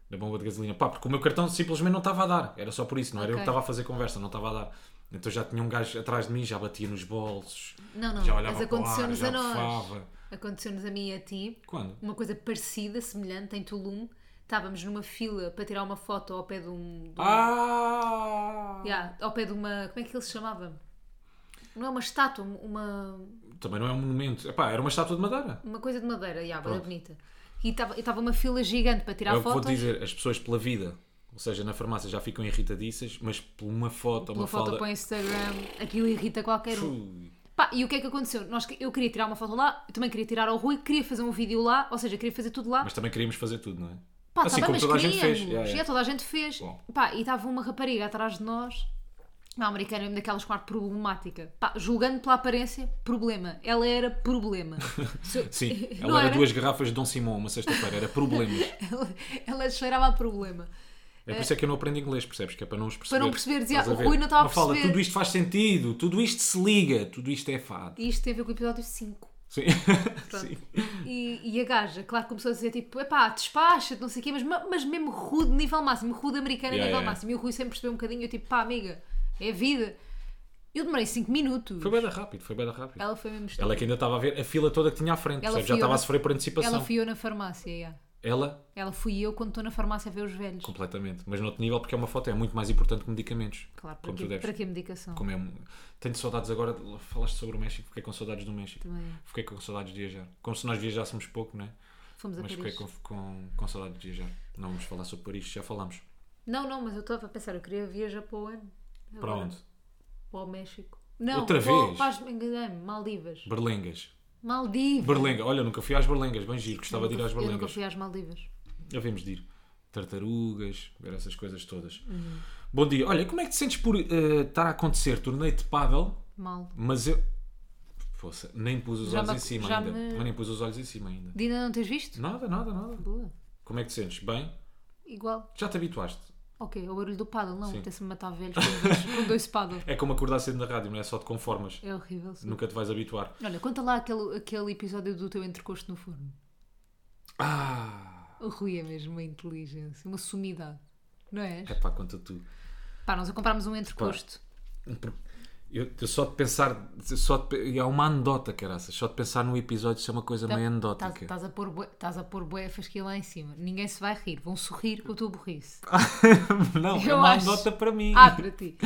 Na bomba de gasolina. Pá, porque o meu cartão simplesmente não estava a dar. Era só por isso, não era eu Ok. que estava a fazer conversa, não estava a dar. Então já tinha um gajo atrás de mim, já batia nos bolsos. Não, não, já mas olhava para o ar, aconteceu-nos já a nós. bufava. Aconteceu-nos a mim e a ti Quando? uma coisa parecida, semelhante, em Tulum. Estávamos numa fila para tirar uma foto ao pé de um. de um- Ah! Yeah, ao pé de uma. Como é que ele se chamava? Não é uma estátua, uma, Também não é um monumento. Epá, era uma estátua de madeira. uma coisa de madeira, yeah, bué Pronto. bonita. E estava e estava uma fila gigante para tirar é o que vou fotos. dizer, as pessoas pela vida, ou seja, na farmácia já ficam irritadiças, mas por uma foto, Uma uma foto falda. para o Instagram, aquilo irrita qualquer um. Ui. Pá, e o que é que aconteceu? Nós, eu queria tirar uma foto lá, eu também queria tirar ao Rui, queria fazer um vídeo lá, ou seja, queria fazer tudo lá. Mas também queríamos fazer tudo, não é? Pá, assim tá bem, como mas toda a gente queríamos. fez. Yeah, yeah. Yeah, toda a gente fez. Bom. Pá, e estava uma rapariga atrás de nós, uma americana mesmo daquelas com ar problemática. Pá, julgando pela aparência, problema. Ela era problema. Se eu- Sim, Não ela era, era? duas garrafas de Dom Simão uma sexta-feira, era problemas. ela, ela cheirava a problema. É por isso é que eu não aprendo inglês, percebes? Que é para não os perceber. Para não perceber, dizia, Estás a "O ver? Rui não estava a Mafalda, perceber." tudo isto faz sentido, tudo isto se liga, tudo isto é fado. E isto tem a ver com o episódio 5. Sim. Sim. E, e a gaja, claro, começou a dizer tipo, epá, despacha-te, não sei o quê, mas, ma- mas mesmo rude nível máximo, rude americana Yeah, nível yeah, máximo. E o Rui sempre percebeu um bocadinho, eu tipo, pá, amiga, é vida. Eu demorei 5 minutos. Foi bem rápido, foi bem rápido. Ela foi mesmo Ela é que ainda estava a ver a fila toda que tinha à frente, Ela percebes? Já fui eu estava na- a sofrer por antecipação. Ela fui eu na farmácia, yeah. Ela, Ela fui eu quando estou na farmácia a ver os velhos. completamente. Mas noutro nível, porque é uma foto, é muito mais importante que medicamentos. Claro, para, como tu que, deves. para que medicação? Como é um- Tenho saudades agora, de- falaste sobre o México, fiquei com saudades do México. Também. Fiquei com saudades de viajar. Como se nós viajássemos pouco, não é? Fomos a Mas fiquei Paris. com, com, com saudades de viajar. Não vamos falar sobre Paris, já falámos. Não, não, mas eu estava a pensar, eu queria viajar para o ano. Para Agora, onde? Para o México. Não, Outra para, vez? Para as, enganei-me, Maldivas. Berlengas. Maldivas. Berlenga, olha, nunca fui às Berlengas, bem giro, gostava de ir às Eu nunca Berlengas. fui às Maldivas. Havemos de ir. Tartarugas, ver essas coisas todas. Uhum. Bom dia, olha, como é que te sentes por eh, estar a acontecer torneio de pádel, Mal. mas eu. Poça, nem pus os Já olhos me- em cima já ainda. me- Mas nem pus os olhos em cima ainda. Dina, não tens visto? Nada, nada, nada. Boa. Como é que te sentes? Bem? Igual. Já te habituaste? Ok, é o barulho do paddle, não. Sim. Tem-se matar velhos com dois, com dois paddle. É como acordar cedo na rádio, não é só te conformas. É horrível. sim. Nunca te vais habituar. Olha, conta lá aquele, aquele episódio do teu entrecosto no forno. Ah! O Rui é mesmo uma inteligência, uma sumidade. Não és? É pá, conta tu. Pá, nós a comprámos um entrecosto. Eu, eu só de pensar, só de, pe- e há uma anedota, caraças, só de pensar no episódio isso é uma coisa Tá- meio Estás anedótica. estás a pôr bué- estás a pôr bué a fasquia lá em cima. Ninguém se vai rir. Vão sorrir com a tua burrice. Não, é tá. Eu uma acho. anedota para mim. Ah, para ti.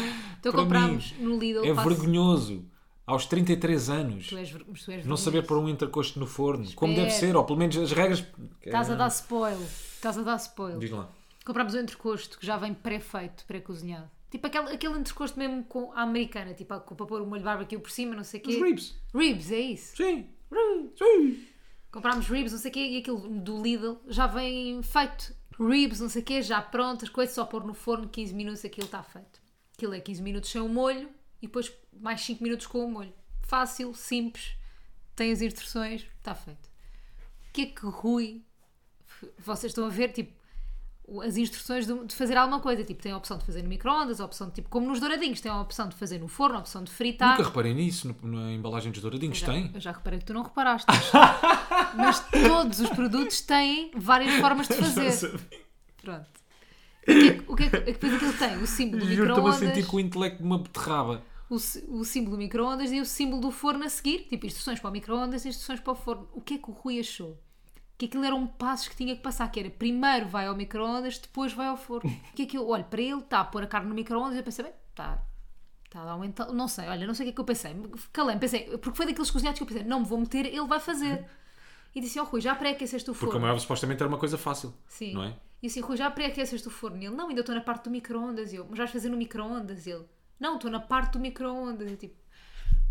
Então Para comprámos no Lidl. é passo- vergonhoso. Aos 33 anos, Tu és, ver- mas tu és não vermelho. saber pôr um intercosto no forno, como Espera. deve ser, ou pelo menos as regras. Estás É. a dar spoil. Estás a dar spoil. Diz lá. Comprámos um entrecosto que já vem pré-feito, pré-cozinhado. Tipo aquele, aquele entrecosto mesmo com a americana, tipo a- com- para pôr o molho de barbecue por cima, não sei o quê. Os ribs. Ribs, é isso. Sim. Sim. Comprámos ribs, não sei o quê, e aquilo do Lidl já vem feito. Ribs, não sei o quê, já pronto, as coisas só pôr no forno, 15 minutos, aquilo está feito. Aquilo é 15 minutos sem o molho e depois mais 5 minutos com o molho. Fácil, simples, tem as instruções, está feito. O que é que Rui, vocês estão a ver, tipo, o- as instruções de, de fazer alguma coisa, tipo, tem a opção de fazer no micro-ondas, a opção de, tipo, como nos douradinhos, tem a opção de fazer no forno, a opção de fritar. Nunca reparei nisso no- na embalagem dos douradinhos. Já- Tem? Eu já reparei que tu Ah. não reparaste. mas todos os produtos têm várias formas de fazer. Pronto. O que é que- O que é que, é que depois aquilo tem? O símbolo do Juro, estou-me a micro-ondas, sentir com o intelecto de uma beterraba. o, si- o símbolo do micro-ondas e o símbolo do forno a seguir. Tipo, instruções para o micro-ondas, instruções para o forno. O que é que o Rui achou? Que aquilo eram passos que tinha que passar, que era primeiro vai ao micro-ondas, depois vai ao forno. O que é que eu olho para ele, está a pôr a carne no micro-ondas, eu pensei, bem, está, Está a aumentar. Não sei, olha, não sei o que é que eu pensei. Calei, pensei, porque foi daqueles cozinhados que eu pensei, não me vou meter, ele vai fazer. E disse, ó Rui, já pré-aqueceste o Porque a forno. maior supostamente era uma coisa fácil. Sim. Não é? E E assim, Rui, já pré-aqueceste o forno? E ele, não, ainda estou na parte do micro-ondas. E eu, mas vais fazer no micro-ondas? E ele, não, estou na parte do micro-ondas. E tipo,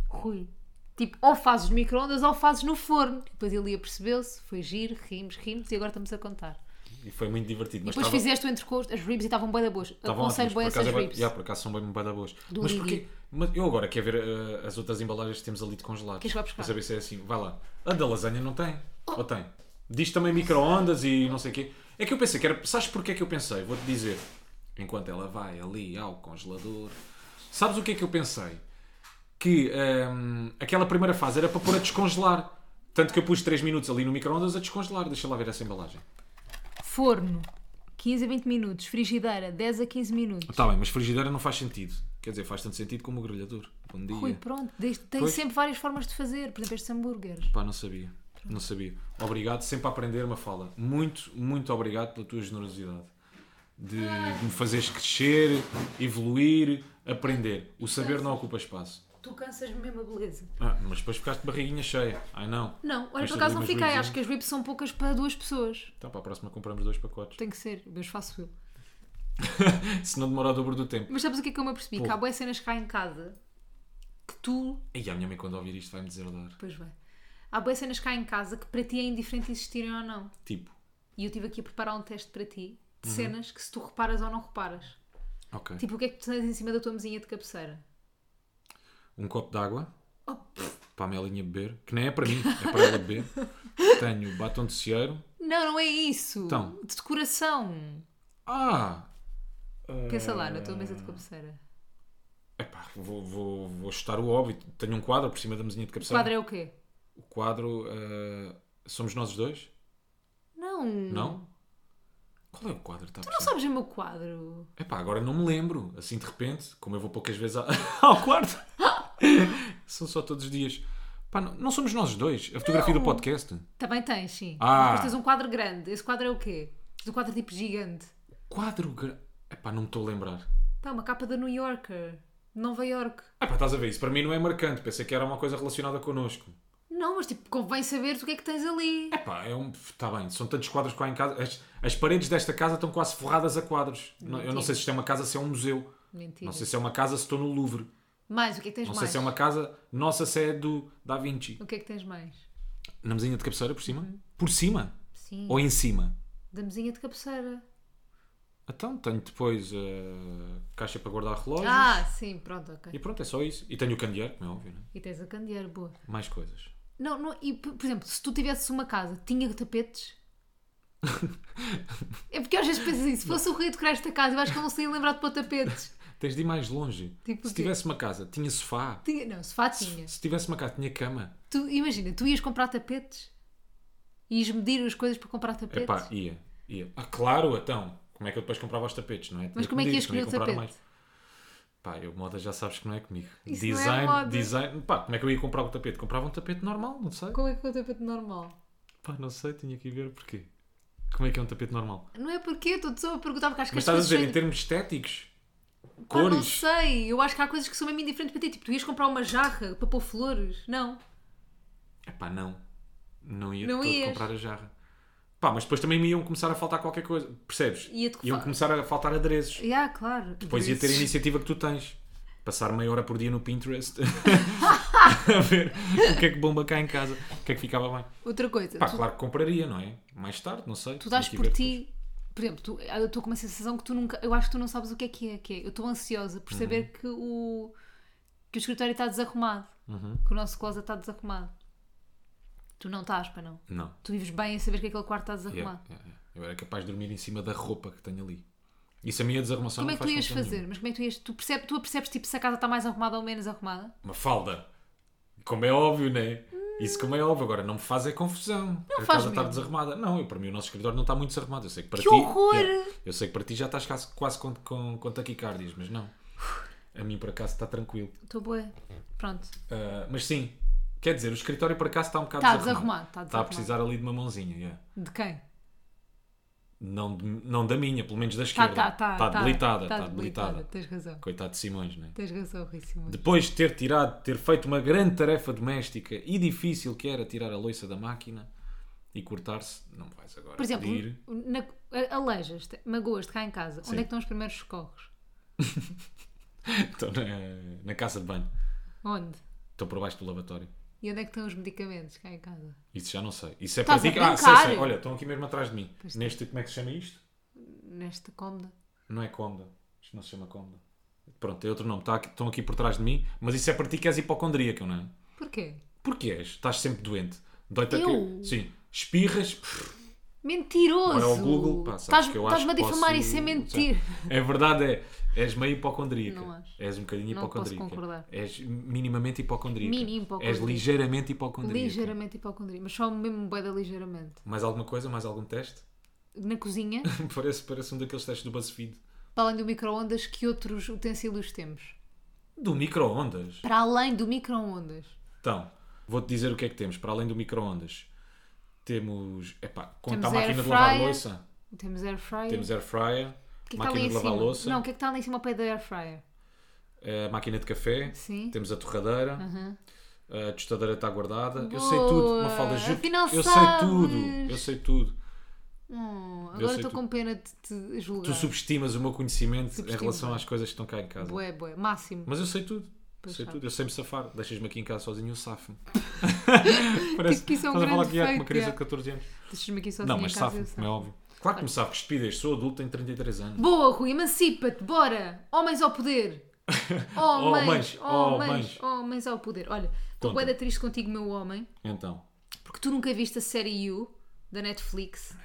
Rui, tipo, ou fazes no micro-ondas ou fazes no forno. Depois ele apercebeu-se, foi giro, rimos, rimos e agora estamos a contar. E foi muito divertido. E Mas depois estava- fizeste o entrecosto, as ribs e estavam bem da boas. Estavam Aconselho ótimas, bem por acaso é essas bué- ribs. já, por acaso são bem bué da boas. Do Mas Lidl. porquê? Mas eu agora quero ver eh, as outras embalagens que temos ali de congelados. Queres que vá buscar? Oh. Para saber se é assim. Vai lá. A da lasanha não tem. Ou tem? Diz também micro-ondas e não sei o quê. É que eu pensei que era... Sabes porquê é que eu pensei? Vou-te dizer. Enquanto ela vai ali ao congelador... Sabes o que é que eu pensei? Que ehm, aquela primeira fase era para pôr a descongelar. Tanto que eu pus 3 minutos ali no micro-ondas a descongelar. Deixa lá ver essa embalagem. Forno, 15 a 20 minutos. Frigideira, 10 a 15 minutos. Está Tá bem, mas frigideira não faz sentido. Quer dizer, faz tanto sentido como o grelhador. Bom dia. Rui, pronto, desde- tem é. Pois. sempre várias formas de fazer. Por exemplo, estes hambúrgueres. Pá, não sabia. Não sabia. Obrigado, sempre a aprender uma fala. Muito, muito obrigado pela tua generosidade. De, de me fazeres crescer, evoluir, aprender. O saber não ocupa espaço. Tu cansas-me mesmo a beleza. Ah, mas depois ficaste de barriguinha cheia. Ai não. Não, olha, Mas por acaso ali não umas fiquei. ribzinhas. Acho que as ribs são poucas para duas pessoas. Então, para a próxima compramos dois pacotes. Tem que ser, mas faço eu. Se não demora o dobro do tempo. Mas sabes o que é que eu me apercebi? Que há boas cenas cá em casa que tu. E a minha mãe, quando ouvir isto, vai-me deserdar. Pois bem. Há boas cenas cá em casa que para ti é indiferente existirem ou não. Tipo, E eu estive aqui a preparar um teste para ti de Uhum. cenas que se tu reparas ou não reparas. ok. Tipo, o que é que tu tens em cima da tua mesinha de cabeceira? Um copo de água Oh, para a Melinha beber, que nem é para mim, é para ela beber. Tenho batom de cieiro. não, não é isso! Então. De decoração! Ah! Pensa lá na tua mesa de cabeceira. Epá, vou, vou, vou chutar o óbvio. Tenho um quadro por cima da mesinha de O cabeceira. quadro é o quê? O quadro, eh, somos nós os dois? Não! Não? Qual é o quadro? que Está Hum. Não sabes o meu quadro! Epá, agora não me lembro. Assim de repente, como eu vou poucas vezes a- ao quarto. São só todos os dias. Pá, não, não somos nós os dois. A fotografia do podcast. Também tens, sim. Ah. Mas tens um quadro grande. Esse quadro é o quê? Tens um quadro tipo gigante. Quadro. gra- Epá, não me estou a lembrar. Pá, uma capa da New Yorker. De Nova York. Epá, estás a ver? Isso para mim não é marcante. Pensei que era uma coisa relacionada connosco. Não, mas tipo, convém saber o que é que tens ali. Epá, é um. Está bem, são tantos quadros que há em casa. As, as paredes desta casa estão quase forradas a quadros. Não- eu não sei se isto é uma casa, se é um museu. Mentira. Não sei se é uma casa, se estou no Louvre. Mais, o que é que tens Não sei mais? se é uma casa, nossa, se é do Da Vinci. O que é que tens mais? Na mesinha de cabeceira, por cima? Por cima? Sim. Ou em cima? Da mesinha de cabeceira. Então, tenho depois a caixa para guardar relógios. Ah, sim, pronto, ok. E pronto, é só isso. E tenho o candeeiro, como é óbvio, né? E tens a candeeiro, boa. Mais coisas. Não, não, e por por exemplo, se tu tivesses uma casa, tinha tapetes? é porque às vezes pensas isso, se fosse o rei de criar esta casa, eu acho que eu não sei lembrar de pôr tapetes. Tens de ir mais longe. Tipo o se quê? tivesse uma casa, tinha sofá. Tinha, não, sofá tinha. Se tivesse uma casa, tinha cama. Tu, imagina, tu ias comprar tapetes? Ias medir as coisas para comprar tapetes? Epá, ia, ia. Ah, claro, então. Como é que eu depois comprava os tapetes, não é? Mas Tinha como é que medir, ias senão escolher o tapete? comprar Pá, eu moda já sabes que não é comigo. Isso não é design, moda. design. Pá, como é que eu ia comprar o tapete? Comprava um tapete normal, não sei. Qual é que é o tapete normal? Pá, não sei, tinha que ir ver porquê. Como é que é um tapete normal? Não é porque, estou só a perguntar porque acho que Mas as estás a dizer, pessoas em termos estéticos, Pá, não cores, sei, eu acho que há coisas que são mesmo indiferentes para ti. Tipo, tu ias comprar uma jarra para pôr flores? Não. Epá, não. Não ia Não todo ias. comprar a jarra. Pá, mas depois também me iam começar a faltar qualquer coisa, percebes? Ia-te Iam fa- começar a faltar adereços. Ah, claro. Depois ia ter a Isso. iniciativa que tu tens. Passar meia hora por dia no Pinterest a ver o que é que bomba cá em casa, o que é que ficava bem. Outra coisa, Pá, tu, claro que compraria, não é? Mais tarde, não sei. tu dás Tinha que por ver ti. Por exemplo, tu- eu estou com uma sensação que tu nunca. Eu acho que tu não sabes o que é que é. Que é. Eu estou ansiosa Uhum. por saber que o. que o escritório está desarrumado. Uhum. Que o nosso closet está desarrumado. Tu não estás, para não. depois. Não. Tu vives bem a saber que aquele quarto está desarrumado. Yeah, yeah, yeah. Eu era capaz de dormir em cima da roupa que tenho ali. Isso a minha desarrumação Como é não que tu faz ias confusão fazer? nenhuma. Mas como é que tu ias. Tu, percebes, tu percebes tipo, se a casa está mais arrumada ou menos arrumada? Uma falda. Como é óbvio, não é? Isso como é óbvio. Agora, não me faz é confusão. Não a faz casa está mesmo. desarrumada. Não, eu, para mim o nosso escritório não está muito desarrumado. Eu sei que para Que ti... horror! Eu, eu sei que para ti já estás quase, quase com, com, com taquicardias, mas não. A mim, por acaso, está tranquilo. Estou boa. Pronto. Ah, mas sim, quer dizer, o escritório por acaso está um bocado Está desarrumado. desarrumado, está Está a desarrumado. precisar ali de uma mãozinha. yeah. De quem? Não, de- não da minha, pelo menos da Tá, esquerda. tá, tá. Está tá. debilitada. Tá Está debilitada. Tens razão. Coitado de Simões, não é? Tens razão, Rui Simões. Depois de ter tirado, ter feito uma grande tarefa doméstica e difícil que era tirar a loiça da máquina, e cortar-se, não me vais agora Por exemplo, pedir. na, aleijas-te, magoas-te cá em casa. Sim. Onde é que estão os primeiros socorros? Estou então, na, na casa de banho. Onde? Estou por baixo do lavatório. E onde é que estão os medicamentos cá em casa? Isso já não sei. Isso é Estás para ti. a Ah, sei, brincar. sei. Olha, estão aqui mesmo atrás de mim. Pois Neste, como é que se chama isto? Nesta cômoda? Não é cômoda. Isto não se chama cômoda. Pronto, é outro nome. Tá aqui- estão aqui por trás de mim, mas isso é para ti que és hipocondríaco, não é? Porquê? Porquê és? Estás sempre doente. Dói-te Eu? aqui. Sim. Espirras. pff, Mentiroso! Vai ao Google, pá, sabes Estás- que eu Estás-me a acho que difamar, posso- isso é mentir. É verdade, é. És meio hipocondríaca. Não acho. És um bocadinho Não posso hipocondríaca. concordar. És minimamente hipocondríaca. Mini hipocondríaca. És ligeiramente hipocondríaca. Ligeiramente hipocondria, mas só mesmo boeda ligeiramente. Mais alguma coisa? Mais algum teste? Na cozinha, parece, parece um daqueles testes do BuzzFeed. para além do micro-ondas, que outros utensílios temos? Do micro-ondas. Para além do micro-ondas. Então, vou-te dizer o que é que temos. Para além do micro-ondas, temos. Epá, conta Temos a máquina air de lavar a fryer. louça. Temos air fryer. Temos air fryer, O que é que está ali máquina em de lavar a cima? louça, Não, o que é que está ali em cima ao pé da air fryer? a máquina de café, Sim. temos a torradeira, Aham. a tostadeira está guardada. Eu Boa! sei tudo, uma falda juro. que- Afinal Eu sabes! sei tudo, eu sei tudo. Hum, Eu agora sei estou tu- com pena de te julgar. Tu subestimas o meu conhecimento em Subestimo, relação vai. às coisas que estão cá em casa. Bué, bué. Máximo. Mas eu sei tudo. Eu Pois sei sabe. tudo, eu sei me safar. Deixas-me aqui em casa sozinho, eu safo-me. Tipo que isso é um estás a falar grande que é com uma feito, criança é. de 14 anos. Deixas-me aqui sozinha Não, mas em casa. safo-me, como eu é safo. óbito. Claro que me safo, que estupidez. Sou adulto, tenho 33 anos. Boa, Rui, emancipa-te, bora! Homens ao poder! Homens, Homens, homens, homens. homens ao poder. Olha, estou Conta. bué da triste contigo, meu homem, Então, porque tu nunca viste a série You, da Netflix.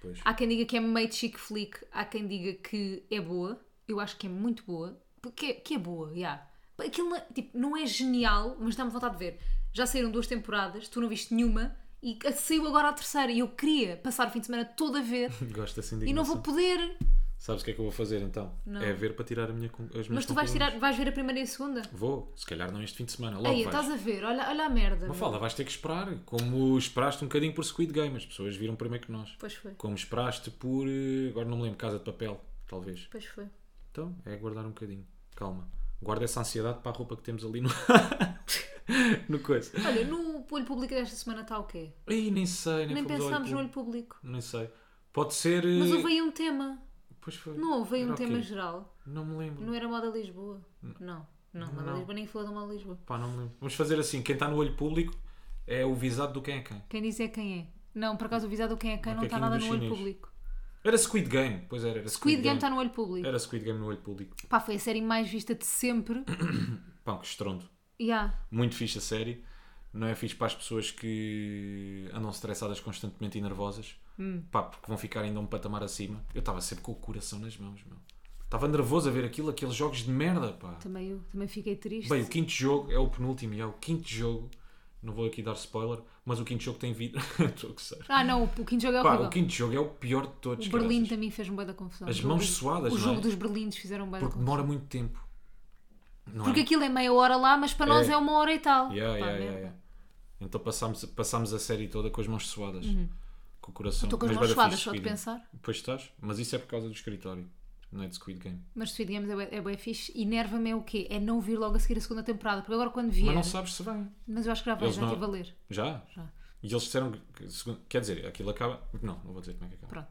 pois. Há quem diga que é meio chick flick, há quem diga que é boa. Eu acho que é muito boa. Porque é, que é boa, já. Aquilo não, é- tipo, não é genial, mas dá-me vontade de ver. Já saíram duas temporadas, tu não viste nenhuma, e saiu agora a terceira. E eu queria passar o fim de semana todo a ver, Gosto assim de e não vou poder. Sabes o que é que eu vou fazer então? Não. É ver para tirar a minha, con- as minhas Mas tu vais, conclusões. tirar, vais ver a primeira e a segunda? Vou, se calhar não este fim de semana. Logo Aí, vais. estás a ver, olha, olha a merda. Não meu. fala, vais ter que esperar. Como esperaste um bocadinho por Squid Game, as pessoas viram primeiro que nós. Pois foi, Como esperaste por. eh, Agora não me lembro, Casa de Papel, talvez. pois foi. Então, é aguardar um bocadinho. Calma. Guarda essa ansiedade para a roupa que temos ali no. no coisa. Olha, no olho público desta semana está o quê? Ih, nem sei, nem, Nem fomos ao pensámos no olho público. público. Nem sei. Pode ser. eh, Mas houve aí um tema. Pois foi. Não houve aí um Era o tema quê? geral. Não me lembro. Não era moda Lisboa. Não, não, moda Não. Lisboa nem falou da moda Lisboa. Pá, não me lembro. Vamos fazer assim: quem está no olho público é o visado do quem é quem. Quem diz é quem é. Não, por acaso o visado do quem é quem não está macaquinho nada dos no olho chinês. público. Era Squid Game, pois era. era Squid Game está no olho público. é. Era Squid Game no olho público. Pá, foi a série mais vista de sempre. Pá, que estrondo. yeah. Muito fixe a série. Não é fixe para as pessoas que andam estressadas constantemente e nervosas. Hum. Pá, porque vão ficar ainda um patamar acima. Eu estava sempre com o coração nas mãos, meu. Estava nervoso a ver aquilo, aqueles jogos de merda, pá. Também eu, também fiquei triste. Bem, o quinto jogo é o penúltimo, e é o quinto jogo. Não vou aqui dar spoiler, mas o quinto jogo tem vida. Estou a coçar. Ah, não, o quinto jogo é Pá, horrível. o quinto jogo é o pior de todos. O Berlim caraças. também fez um bué da confusão. As O jogo mãos dos- suadas, O não jogo é? dos berlindes fizeram bué da Porque confusão. demora muito tempo. Não Porque é? aquilo é meia hora lá, mas para nós É. é uma hora e tal. Yeah, Pá, yeah, yeah, merda. yeah. Então passámos, passámos a série toda com as mãos suadas. Com o coração. Estou Uhum. Então com as Mas mãos bué da suadas fixe, só de Squid Game. pensar. Pois estás, mas isso é por causa do escritório, não é de Squid Game. Mas Squid Games é bué, é bué fixe e nerva-me é o quê? É não vir logo a seguir a segunda temporada. Porque agora quando vier... Mas não Mas, sabes se vem. eu acho que já vai, Eles já não- estive a ler. Já? Já. E eles disseram que- que. segun- Quer dizer, aquilo acaba. Não, não vou dizer como é que acaba. Pronto.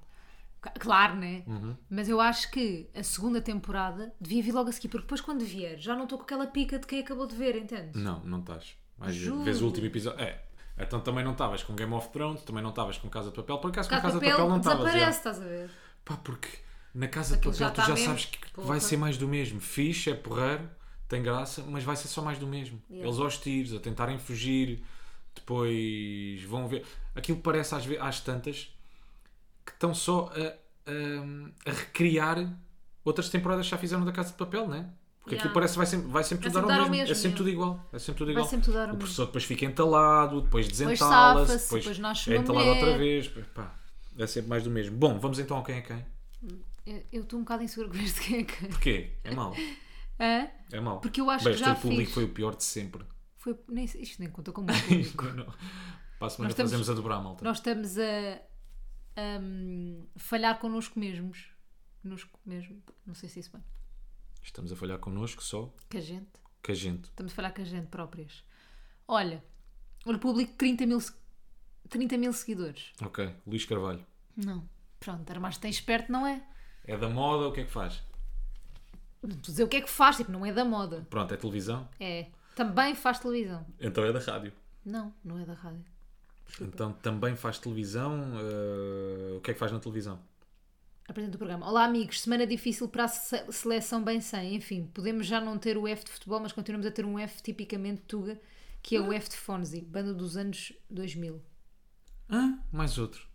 C- Claro, né? Uhum. Mas eu acho que a segunda temporada devia vir logo a seguir. Porque depois quando vier já não estou com aquela pica de quem acabou de ver, entende? Não, não estás. Às Juro. vezes o último episódio. É. Então também não estavas com Game of Thrones, também não estavas com Casa de Papel. Por acaso com Casa de Papel não estavas. desaparece, já. estás a ver? Pá, porque na Casa de Aquilo Papel já tu tá já mesmo. sabes que que Porra. vai ser mais do mesmo. Fixe, é porreiro, tem graça, mas vai ser só mais do mesmo. Yeah. Eles aos tiros, a tentarem fugir, depois vão ver. Aquilo parece às, ve- às tantas que estão só a, a- a recriar outras temporadas que já fizeram da Casa de Papel, não é? Porque Yeah. aquilo parece que vai sempre, vai sempre Vai tudo sempre dar dar ao ao mesmo. É mesmo, sempre yeah. tudo igual. É sempre tudo igual. sempre tudo dar ao o mesmo. professor depois fica entalado, depois safa-se, desentala-se, depois, depois nasce é uma entalado mulher. outra vez. Pá, é sempre mais do mesmo. Bom, vamos então ao quem é quem. Eu- Eu estou um bocado insegura com este quem é que... Porquê? É mau. Hã? É mau. Porque eu acho Bem, que este já olho público fiz. foi o pior de sempre. Foi, nem, isto nem conta como um público. Não. Para a semana Nós estamos- fazemos a dobrar, malta. Nós estamos a, a, hum, falhar connosco mesmos. Connosco mesmo. Não sei se isso bem. Estamos a falhar connosco só Com a gente. que a gente. Estamos a falhar com a gente próprias. Olha, olho público 30 mil. se- 30 mil seguidores. Ok, Luís Carvalho. Não. Pronto, armaste-te em esperto, não é? É da moda, o que é que faz? Não estou a dizer o que é que faz, tipo, não é da moda. Pronto, é televisão? É. Também faz televisão. Então é da rádio. Não, não é da rádio. Então também faz televisão. eh, o que é que faz na televisão? Apresenta o programa. Olá, amigos. Semana difícil para a se- seleção bem sem. Enfim, podemos já não ter o F de futebol, mas continuamos a ter um F tipicamente Tuga, que é Ah. o F de Fonzi, banda dos anos 2000. Hã? Mais outro.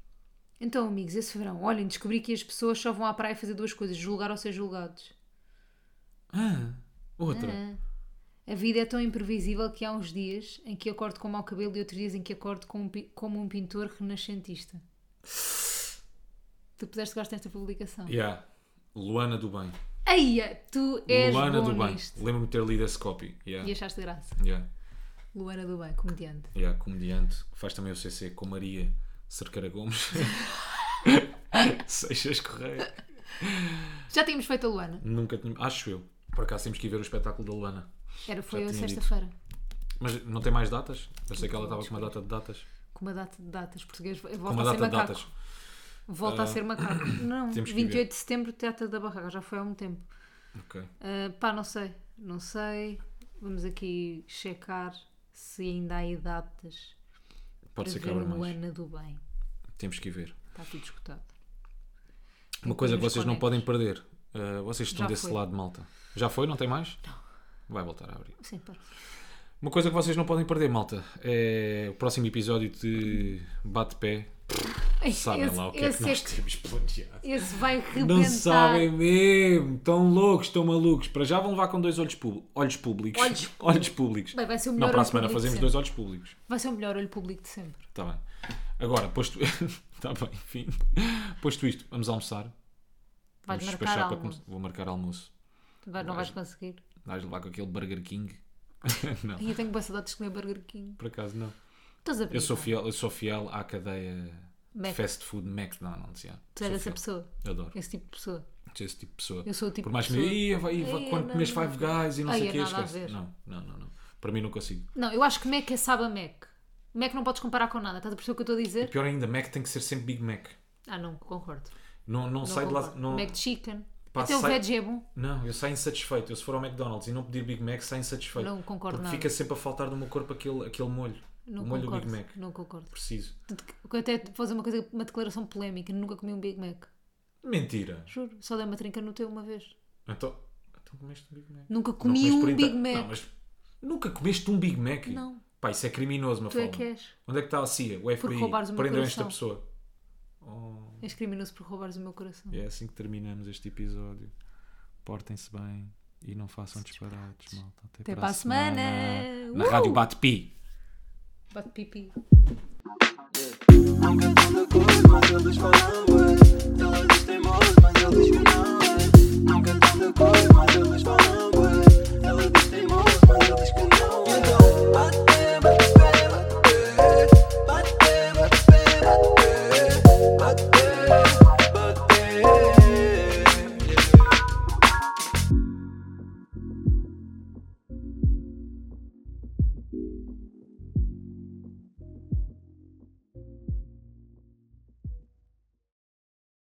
Então, amigos, esse verão, olhem, descobri que as pessoas só vão à praia fazer duas coisas: julgar ou ser julgados. Hã? Outra. Ah. A vida é tão imprevisível que há uns dias em que acordo com mau cabelo e outros dias em que acordo com um pi- como um pintor renascentista. Tu puseste gosto desta publicação. Yeah. Luana do Bem. Eia, tu és Luana bom do Bem. nisto. Lembro-me de ter lido esse copy. Yeah. E achaste graça. Yeah. Luana do Bem, comediante. Yeah, comediante que faz também o CC com Maria Cerqueira Gomes. Seixas Correia. Já tínhamos feito a Luana. Nunca tinha. Acho eu. Por acaso temos que ir ver o espetáculo da Luana. Era, foi Já a tinha dito. sexta-feira. Mas não tem mais datas? Eu sei que ela estava com uma data de datas. Com uma data de datas. Português volta Com uma a ser data de macaco. datas. Ah, Volta a ser macaco. Não, temos que 28 ver. de setembro, Teatro da Barraca. Já foi há um tempo. Ok. Ah, pá, não sei. Não sei. Vamos aqui checar se ainda há aí datas Pode para ser que ver abra o mais. Luana do Bem. Temos que ir ver. Está tudo escutado. Uma coisa que nos vocês não podem conectes. perder. Uh, vocês estão Já desse foi. lado, malta. Já foi? Não tem mais? Não. Vai voltar a abrir. Sim, parou. Uma coisa que vocês não podem perder, malta, é o próximo episódio de Bate-Pé. Ei, Sabem esse, lá o que é que esse nós é- temos planeado. esse vai rebentar. Não sabem mesmo. Estão loucos, estão malucos. Para já vão levar com dois olhos, pub- olhos públicos. Olhos públicos. públicos. Bem, vai ser o não, melhor para a olho semana público fazemos de dois olhos públicos. sempre. Vai ser o melhor olho público de sempre. Está bem. Agora, posto. Está bem, enfim. Posto isto, vamos almoçar. Vai vamos marcar para algo. começar. Vou marcar almoço. Vai- Não vais conseguir. Vais levar com aquele Burger King? não, Ai, Eu tenho boa saudade de comer Burger King. por acaso não. Estás a Eu sou brincar? fiel, eu sou fiel à cadeia Mac. fast food McDonald's. Yeah. Tu és Sou essa fiel. pessoa. Adoro. Esse tipo de pessoa. Sou esse tipo de pessoa. Eu sou o tipo Por mais de que me pessoa. diga, "Ih, vai- Ei, quando não, comes não, Five Guys e não Ai, sei o é que, nada a esquece. ver. Não, não, não, não. Para mim não consigo. Não, eu acho que Mac é sabe a Mac. Mac não podes comparar com nada. Estás a perceber o que eu estou a dizer? Pior ainda, Mac tem que ser sempre Big Mac. Ah, não, concordo. Não, não, Não sai de lá. concordo. Não, Mac Chicken. Pá, Até o sai- veg é bom. não, eu saio insatisfeito. Eu se for ao McDonald's e não pedir Big Mac, saio insatisfeito. Não concordo Porque nada. fica sempre a faltar do meu corpo aquele, aquele molho. Não o molho concordo. do Big Mac. Não concordo. Preciso. Tanto que Eu até vou fazer uma coisa, uma declaração polémica. Nunca comi um Big Mac. Mentira. Juro. Só dei uma trinca no teu uma vez. Então, então comeste um Big Mac. Nunca Não comi comeste um por Big inteiro. Mac. Não, mas nunca comeste um Big Mac? Não. Pá, isso é criminoso, uma Tu é que és. Onde é que está a CIA? O FBI? roubares o meu Prendam coração. esta pessoa. Oh, És criminoso por roubares o meu coração. e é assim que terminamos este episódio. Portem-se bem e não façam disparates, malta. Até, para a semana. Na Uh! Rádio Bate Pi. Bate pipi. Nunca tão de cor, mas eles falavam. Todos teimosos, mas eles esperavam. Nunca tão de cor, mas eles falavam. Eles teimosos, mas eles esperavam. Então, até.